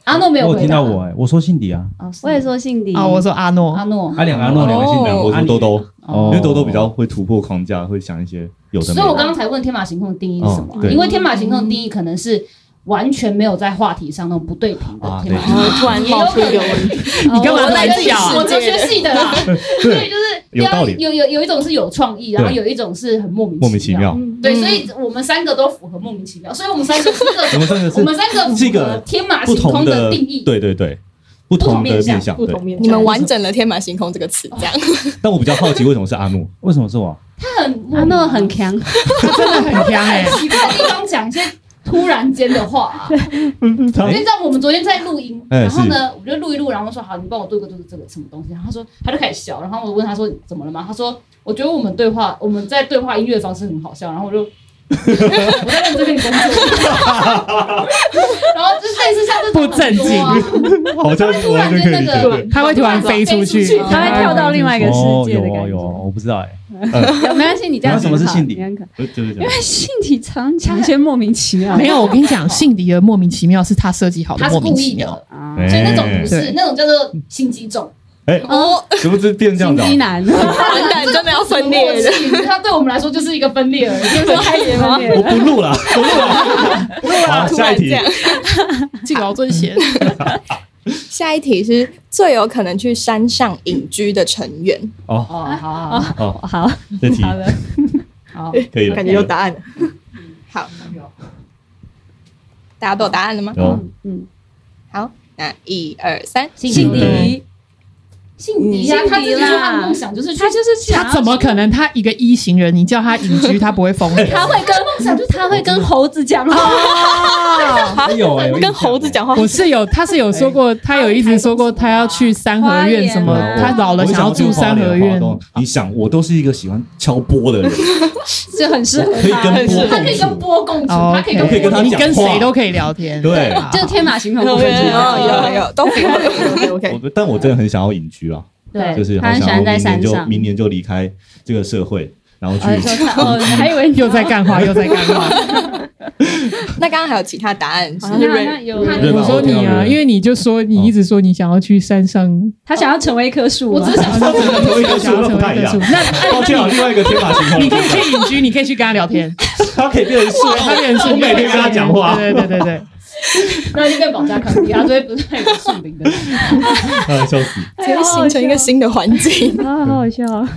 F: 阿诺没有
I: 我
F: 回
I: 有
F: 答
I: 听到我，哎，我说信迪啊，
F: 哦是
H: 我也说姓李
D: 啊，我说阿诺
F: 阿，诺，
I: 啊两个阿诺，两个信迪，
E: 我
I: 啊
E: 说豆，豆，
I: 哦
E: 因为豆豆比较会突破框架，会想一些有的
F: 所
E: 没
F: 以
E: 的。
F: 我刚刚才问天马行空的定义是什么
E: 哦
F: 啊，
E: 对
F: 因为天马行空的定义可能是完全没有在话题上那种不对平的
E: 啊
F: 天马
E: 对
F: 行空。
C: 突然冒出一个问题，
F: 你
D: 干嘛
F: 在
D: 玩笑啊
F: 我哲学系的啦，所以
E: 对
F: 就是
E: 有道理
F: 有有有一种是有创意，然后
E: 对
F: 有一种是很莫名
E: 莫名其妙，
F: 对，所以我们三个都符合莫名其妙，所以我们三个是
E: 我
F: 各
E: 们真的
F: 我们
E: 是
F: 三个
E: 这
F: 符合
E: 个
F: 天马
E: 不
F: 行
E: 同
F: 空
E: 的
F: 定义。
E: 对对对，不同的
F: 不同面
E: 面
F: 向
E: 向。
C: 不同
E: 对，
C: 面
G: 你们完整了“天马行空”这个词，这 样
E: 但我比较好奇为什么是阿诺？
I: 为什么是我？
F: 他很
H: 阿诺啊很强，
D: 他真的很 强哎、
F: 奇怪的地方讲一些突然间的话、啊。
E: 他
F: 你知道我们昨天在录音，
E: 哎
F: 然后呢，我就录一录，然后说好，你帮我对个就是这个什么东西，然后他说他就开始笑，然后我问他说怎么了嘛，他说我觉得我们对话我们在对话音乐方式很好笑，然后我就。我在认真跟你工作，然后就是类似像这种
D: 不正经
F: 很多啊
E: 好像
F: 突
E: 我
F: 然
E: 完全
F: 间
E: 可以
F: 那
E: 理解。
F: 个
E: 对，
D: 他会突然飞出去
F: 飞出去
H: 他会跳到另外一个世界的
I: 哦有
H: 感觉。
I: 哦有哦我不知道哎，
H: 没关系，你这样
I: 那什么是姓李
H: 你很可爱
E: 呃就是这
H: 因
E: 样
H: 为姓李常讲一些莫名其妙
D: 没有，我跟你讲，信迪的莫名其妙是他设计好的
F: 他是
D: 莫名
F: 故
D: 其
F: 意
D: 妙。
F: 的，
H: 啊，
E: 哎
F: 所以那种不是
D: 对
F: 那种叫做心机重，
G: 哦，
E: 是不是变这样
H: 心
E: 的啊？
H: 机 男，
G: 完蛋，真的要分裂
F: 的
G: 了。，
F: 它对我们来说就是一个分裂而已。就是 说
H: 开始吗？
E: 我不录了，不录了，录了。
G: 突
E: 下
G: 然
E: 一
G: 这
E: 题
G: 样，，
D: 敬老尊贤，
G: 下一题是最有可能去山上隐居的成员。
E: 哦
F: 哦，好好好
E: 哦，
H: 好，
E: 这题
F: 好的，好，
E: 可以了，
C: 感觉有答案了。
G: 好，大家都有答案了吗？
E: 有
H: 嗯，
G: 好，那一二三，
E: 姓
H: 李
E: 李，
F: 姓迪呀，
H: 姓
F: 他自己
H: 迪
F: 说
H: 啦
F: 他梦想就是去，
H: 他就是想
D: 他
H: 要
D: 怎么可能？他一个一行人，你叫他隐居，他不会疯 的。
H: 他会跟梦想，就是他会跟猴子讲话，
G: 好，
I: 有哎，
G: 跟猴子讲话，
D: 我是有，他是有说过，他有一直说过他要去三合院什么
H: 花园，啊
D: 他老了
E: 我
D: 想要住三合
E: 花
D: 院。
E: 东你想，我都是一个喜欢敲波的人，
H: 就很适合
E: 可以跟波
F: 他可
E: 共
F: 以跟
E: 处，
F: 波共处，
D: 哦
F: 他可以跟
E: 可以跟
F: 波
E: 他
D: 你
E: 讲
D: 跟
E: 话
D: 谁都可以聊天。
E: 对
D: 好
H: 就是天马行空
C: 有
H: 不
C: 有
H: 分
G: 有
H: 家
G: 哦有有 有，都符合。
C: OK OK，
E: 我但我真的很想要隐居啊，
F: 对
E: 就是
H: 他
E: 好
H: 很喜
E: 想
H: 欢
E: 要
H: 在
E: 明
H: 山
E: 年就
H: 上呃
E: 明年就离开这个社会，然后去
H: 哦，你说他哦，还以为你
D: 又在干话，又在干话。
G: 那刚刚还有其他答案是
C: 好像是
H: 那
C: Ray-
H: 那有
E: 瑞
D: 我
E: 吧
D: 说你
E: 我听到哦
D: 啊，
E: 瑞
D: 因为你就说你一直说你想要去山上，
H: 他想要成为一棵树啊吗？
E: 他真的同一棵树都不太一样。
D: 那那
E: 抱歉啊，另外一个天马行空
D: 你
E: 的
D: 可
E: 地方，
D: 以去邻居，你可以去跟他聊天，
E: 他可以变成树，
D: 他也是
E: 我每天跟他讲话
D: 对对对对对，
F: 那就变保加康帝，他就会不太有树林的。
E: 啊， 笑死。
G: 直接形成一个新的环境。
H: 啊，好好笑哦！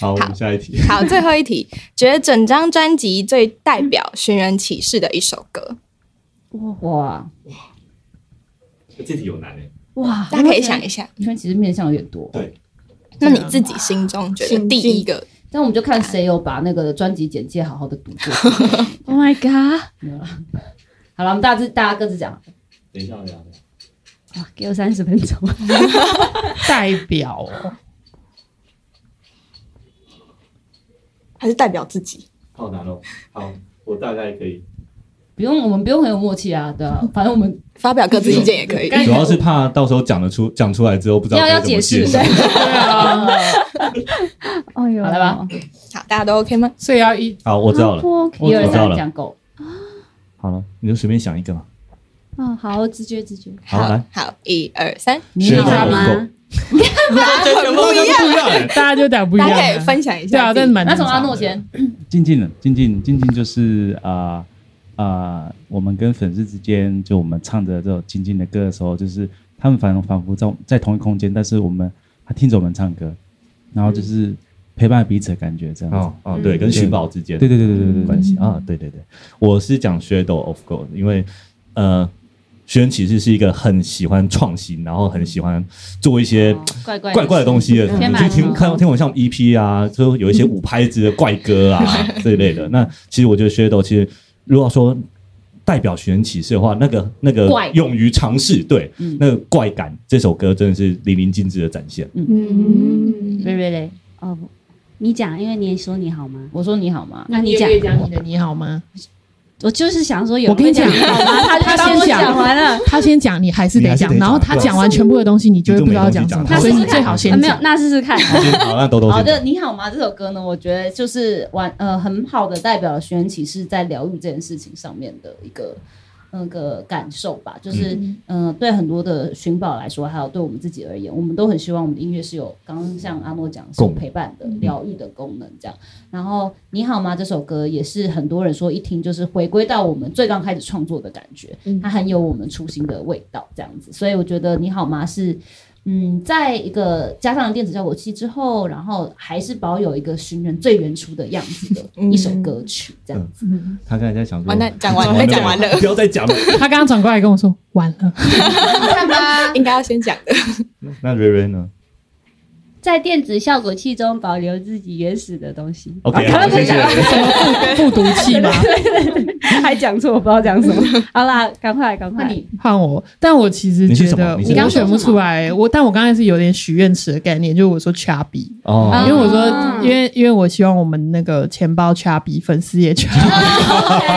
E: 好，我们下一题。
G: 哎好，最后一题，觉得整张专辑最代表寻人启事的一首歌，
F: 哇
E: 这题有难欸诶，
F: 哇，
G: 大家可以想一下。
F: 因为其实面向有点多，
E: 对，
G: 那你自己心中觉得第一个
F: 但我们就看谁有把那个专辑简介好好的读过。
H: Oh my god！
F: 好了，我们大致大家各自讲。
E: 等一下，等一下。
H: 哇，给我三十分 钟。
D: 代表哦
C: 还是代表自己？
E: 好难哦。好，我大概可以。
F: 不用，我们不用很有默契啊，对啊，反正我们
G: 发表各自意见也可以。
E: 主要是怕到时候讲得出讲出来之后不知道
F: 要
E: 该
F: 要
E: 怎么
F: 解释，
E: 释
F: 对。
D: 啊
H: 哎呦，
F: 好来吧，
G: 好，大家都 OK 吗？
D: 所以要一
E: 好，我知道
F: 哎
H: 好
E: 了。
H: 不 OK
E: 我
F: 一二
E: 知道
F: 三
E: 了
F: 讲狗，
E: 好了，你就随便想一个嘛。
H: 嗯，好，我直觉直觉。
E: 好，来，
G: 好，一二三，
E: 学
F: 好
E: 到
H: 吗
E: 狗，
G: 大家很不一样，
E: 不一样欸。
D: 大家就讲不一
G: 大
D: 样
G: 家可以
D: 啊，
G: 分享一
D: 对啊，
G: 下自
D: 但
G: 己。
D: 是蛮
F: 那
D: 正
F: 从阿
D: 常的
F: 诺先，
I: 静静的，静静，静静就是啊啊、我们跟粉丝之间，就我们唱着这首静静的歌的时候，就是他们反仿佛在在同一空间，但是我们他听着我们唱歌，然后就是陪伴彼此的感觉，这样子。
E: 哦哦，对，跟寻宝之间
I: 对对对对对对嗯对
E: 关系啊，对对对，我是讲 Shadow of God，因为呃，学员其实是一个很喜欢创新，然后很喜欢做一些
H: 哦怪怪
E: 怪怪的东西的，
H: 天
E: 你
H: 马
E: 就
H: 行
E: 听
H: 空
E: 看听我像 EP 啊，就有一些五拍子的怪歌 啊这一类的。那其实我觉得 Shadow 其实如果说代表寻人启事的话，那个那个
F: 怪
E: 勇于尝试，对，
F: 嗯
E: 那个怪感，这首歌真的是淋漓尽致的展现。
H: 嗯，
F: 瑞瑞嘞，
H: 哦，你讲，因为你说你好吗？
F: 我说你好吗？
H: 那你讲
D: 也讲哦你的你好吗？
H: 我就是想说有，
D: 我跟你讲
H: 好吗？他
D: 他
H: 就
D: 先
H: 先我
D: 讲
H: 讲完了。
D: 他先讲，你还是
E: 你
D: 得
E: 还是
D: 讲
E: 得，
D: 然后
E: 讲
D: 他
E: 对
D: 讲完全部的东西，你就会
E: 你就
D: 不知道
E: 没东
D: 讲
E: 西
D: 什
E: 讲
D: 么，
E: 了
D: 所以你
F: 他试试看
D: 最好
H: 啊
D: 先
H: 没有
D: 讲，。
H: 那试试看。
E: 好好，那豆豆
F: 好
E: 先
F: 的，
E: 讲。
F: 你好吗？这首歌呢，我觉得就是完呃很好的代表了学员启示在疗愈这件事情上面的一个呃那个感受吧，就是嗯、呃对很多的寻宝来说，还有对我们自己而言，我们都很希望我们的音乐是有刚刚像阿诺讲是有
E: 共鸣
F: 陪伴
H: 嗯
F: 的、疗愈的功能这样。然后《你好吗》这首歌也是很多人说一听就是回归到我们最刚开始创作的感觉，
H: 嗯
F: 它很有我们初心的味道这样子，所以我觉得《你好吗》是。嗯，在一个加上了电子效果器之后，然后还是保有一个寻人最原初的样子的
H: 嗯
F: 一首歌曲，这样
E: 嗯
F: 子。
E: 他刚才在想说，
G: 完蛋讲完了讲完了
E: 不要再讲了。
D: 他刚刚转过来跟我说，完了，
G: 应该要先讲的，
E: 那蕊蕊呢
H: 在电子效果器中保留自己原始的东西。
E: ？OK，好谢谢。
D: 复读器吗？
H: 还讲错，我不知道讲什么。好啦，赶快赶
F: 那
H: 快，
F: 你
D: 换我，但我其实
E: 你是
D: 觉
E: 什么
D: 得
E: 你是
D: 我
F: 什么
D: 选不出来，我但我刚才是有点许愿池的概念，就是我说 chubby，
E: 哦
D: 因为我说
H: 啊，
D: 因为因为我希望我们那个钱包 chubby，粉丝也 chubby，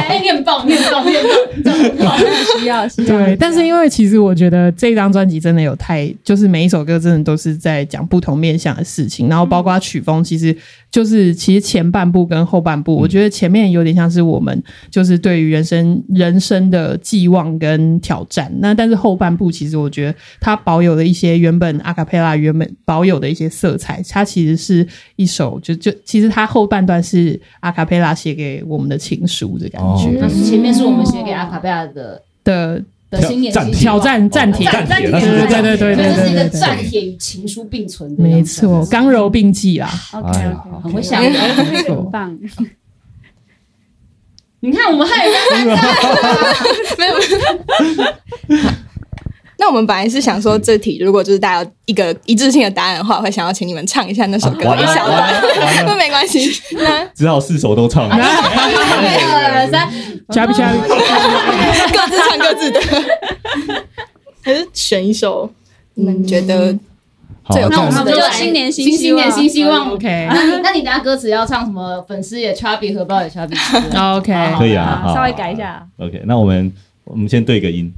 F: 哎，你很棒，你很棒，你很棒。
H: 需要需要。
D: 对。但是因为其实我觉得这张专辑真的有太，就是每一首歌真的都是在讲不同面向的事情，然后包括曲风，其实就是其实前半部跟后半部，我觉得前面有点像是我们就是对于人生人生的寄望跟挑战，那但是后半部其实我觉得它保有了一些原本阿卡贝拉原本保有的一些色彩，它其实是一首就就其实它后半段是阿卡贝拉写给我们的情书的感觉、
E: 哦
F: 那 前面是我们写给阿卡贝拉的
D: 的
F: 的新年
E: 暂停
D: 挑战哦暂停，
E: 暂
F: 暂
E: 停
F: 停，
E: 那是
D: 对对对对
F: 所
D: 对
F: 以这是一
D: 对
F: 个
D: 对对
F: 暂停与情书并存的。啊
D: 没错，，刚柔并济啦。
H: OK
E: 哎呀
H: OK，
E: 好
F: 很会想。
D: 没
H: 很
D: 错
H: 棒。
F: 你看我们害人家
G: 那我们本来是想说这题，如果就是大家有一个一致性的答案的话，会想要请你们唱一下那首歌
E: 啊完了
G: 一小段
E: 完了完了，
G: 那没关系。那
E: 只好四首都唱。
F: 啊二三，
D: 加不加？
G: 各自唱各自的，
C: 还是选一首？
G: 你们觉
E: 嗯
G: 得
E: 好，
G: 最有
E: 这
G: 共
E: 样
G: 识
F: 那我们就来
H: 新年新
F: 新
H: 希望
F: 年新希望。
D: OK
F: 那你那你等下歌词要唱什么？粉丝也 chubby，荷包也 chubby。
D: OK，
F: 好
E: 可以啊，好
H: 稍微改一下。
E: OK，那我们我们先对个音。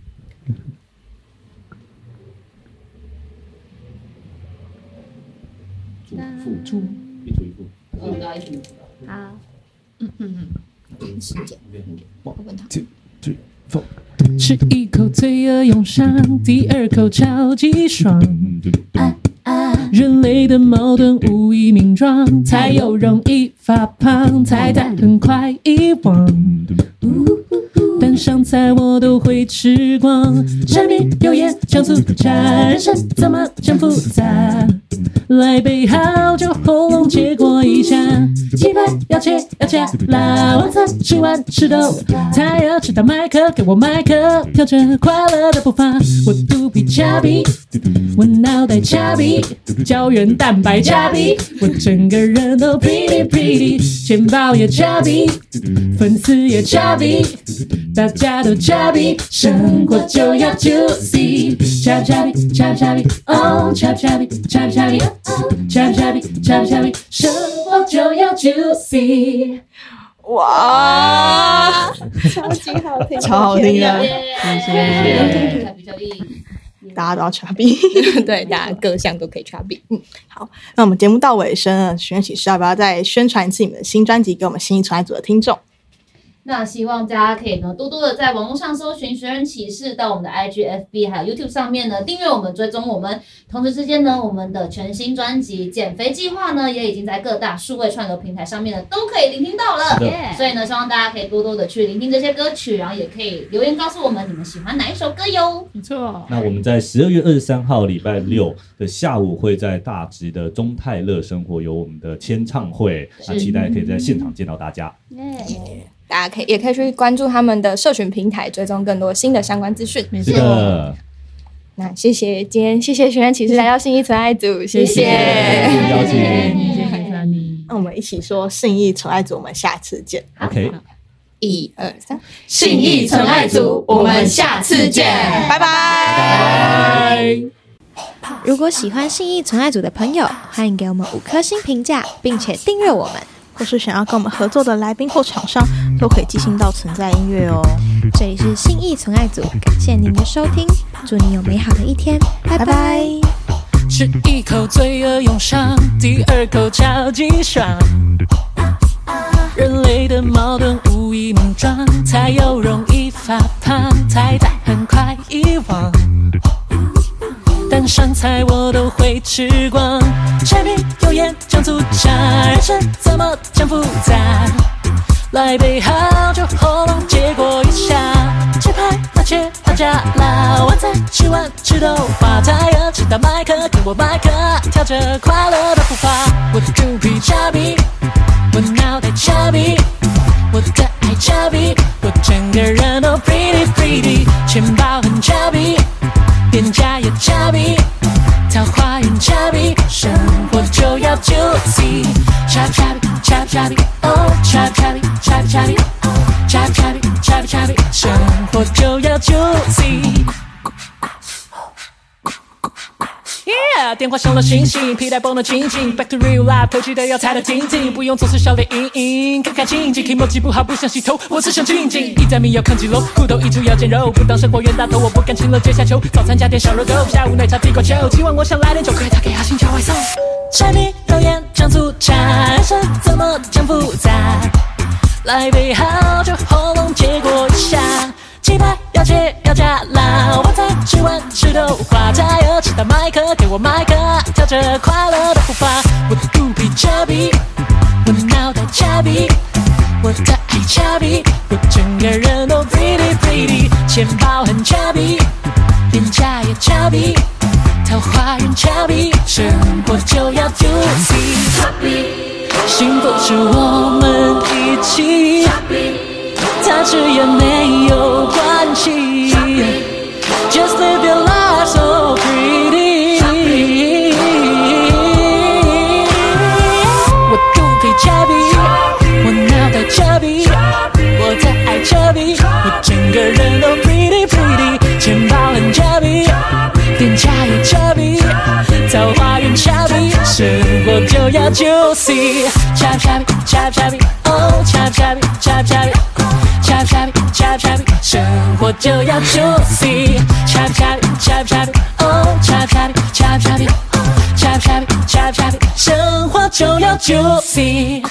E: 主副主一组一副，
F: 嗯，大家一起
H: 好，
I: 嗯时间。我问 他，
B: 吃一口罪恶涌上，第二口超级爽，
E: 嗯，对对，
B: 人类的矛盾无以名状，才有容易发胖，才蛋很快遗忘，
E: 嗯对，
B: 但上菜我都会吃光。柴米油盐酱醋茶，人生怎么这复杂？来杯好酒，喉咙结果一下。鸡排要切要切辣，晚餐吃完吃豆，太热吃到麦克，给我麦克，跳着快乐的步伐。我肚皮恰比，我脑袋恰比，胶原蛋白恰比，我整个人都 pretty pretty，钱包也恰比，粉丝也恰比，大家都恰比，生活就要 juicy，恰恰比恰恰比，哦恰恰比恰恰比，哦恰恰比恰恰比，生活就要 juicy。
C: 哇，超好听啊的，
F: 谢谢，才比较硬。
C: 大家都要查逼。
I: 对，大家各项都可以差别。嗯，
C: 那我们节目到尾声了，许愿启事要不要再宣传一次你们的新专辑给我们新一传爱组的听众？
F: 那希望大家可以呢多多的在网络上搜寻“学人启事”，到我们的 IG、FB 还有 YouTube 上面呢订阅我们、追踪我们。同时之间呢，我们的全新专辑《减肥计划》呢也已经在各大数位串流平台上面呢都可以聆听到了。
A: 耶
F: 所以呢，希望大家可以多多的去聆听这些歌曲，然后也可以留言告诉我们你们喜欢哪一首歌哟。
B: 没错，
E: 那我们在十二月二十三号礼拜六的下午会在大直的中泰乐生活有我们的签唱会，那期待可以在现场见到大家。
J: 大家可以也可以去关注他们的社群平台，追踪更多新的相关资讯。
B: 没
E: 是的，
J: 那谢谢今天，谢谢学员骑士来到新一纯爱组，谢谢。
E: 谢谢邀请
B: 谢谢珊妮。
C: 那我们一起说信义纯爱组，我们下次见。
E: ，OK，
J: 一二三，
F: 信义纯爱组我们下次见
C: 拜拜。
G: 如果喜欢信义纯爱组的朋友，欢迎给我们五颗星评价，并且订阅我们。
C: 或是想要跟我们合作的来宾或厂商，都可以寄信到存在音乐哦。
G: 这里是信义纯爱组，感谢您的收听，祝你有美好的一天，拜拜
B: 吃一口罪恶涌上，第二口超级爽。人类的矛盾无以名状，才有容易发胖，才胆很快遗忘。但上菜我都会吃光，柴米油盐酱醋茶，人生怎么讲复杂？来杯好酒，喉咙结果一下。吃派那切大家啦，晚餐吃完吃豆花，太热吃到麦克，跟我麦克，跳着快乐的步伐。我的猪皮恰比，我脑袋恰比，我的爱恰比，我整个人都 pretty pretty，钱包很恰比，店家也恰比。桃花源恰比，生活就要 juicy。恰恰比，恰恰比，哦，恰恰比，恰恰比，哦，恰恰比，恰恰比，生活就要 juicy。Yeah，电话响了，醒醒，皮带绷得紧紧，Back to real life，头记得要踩得挺挺，不用总是笑脸盈盈，看看清近 k m o j i 不好不想洗头，我只想静静。一盏米要扛起楼，裤头一出要见肉，不当生活冤大头，我不敢轻了阶下囚。早餐加点小肉豆，下午奶茶地瓜球，今晚我想来点酒，快打给阿信叫外送。柴米油盐酱醋茶，人生怎么讲复杂？来杯好酒，喉咙结果一下。鸡排要切要加辣，晚餐吃完吃豆花，太饿吃到麦克，给我麦克，跳着快乐的步伐。我的肚皮恰比，我的脑袋恰比，我的爱恰比，我整个人都 pretty pretty，钱包很恰比，脸颊也恰比，桃花源恰比，生活就要 juicy，幸福是我们一起。它吃也没有关系。Just live your life so pretty。我肚皮恰比，我脑袋恰比，我的爱恰比，我整个人都 pretty pretty，钱包很恰比，店家也恰比，桃花源恰比，生活就要 juicy。恰恰比，恰恰比，哦，恰恰比，恰恰比。恰恰比恰恰比，生活就要 juicy。恰恰比恰恰比，哦，恰恰比恰恰比，恰恰比恰恰比，生活就要 juicy。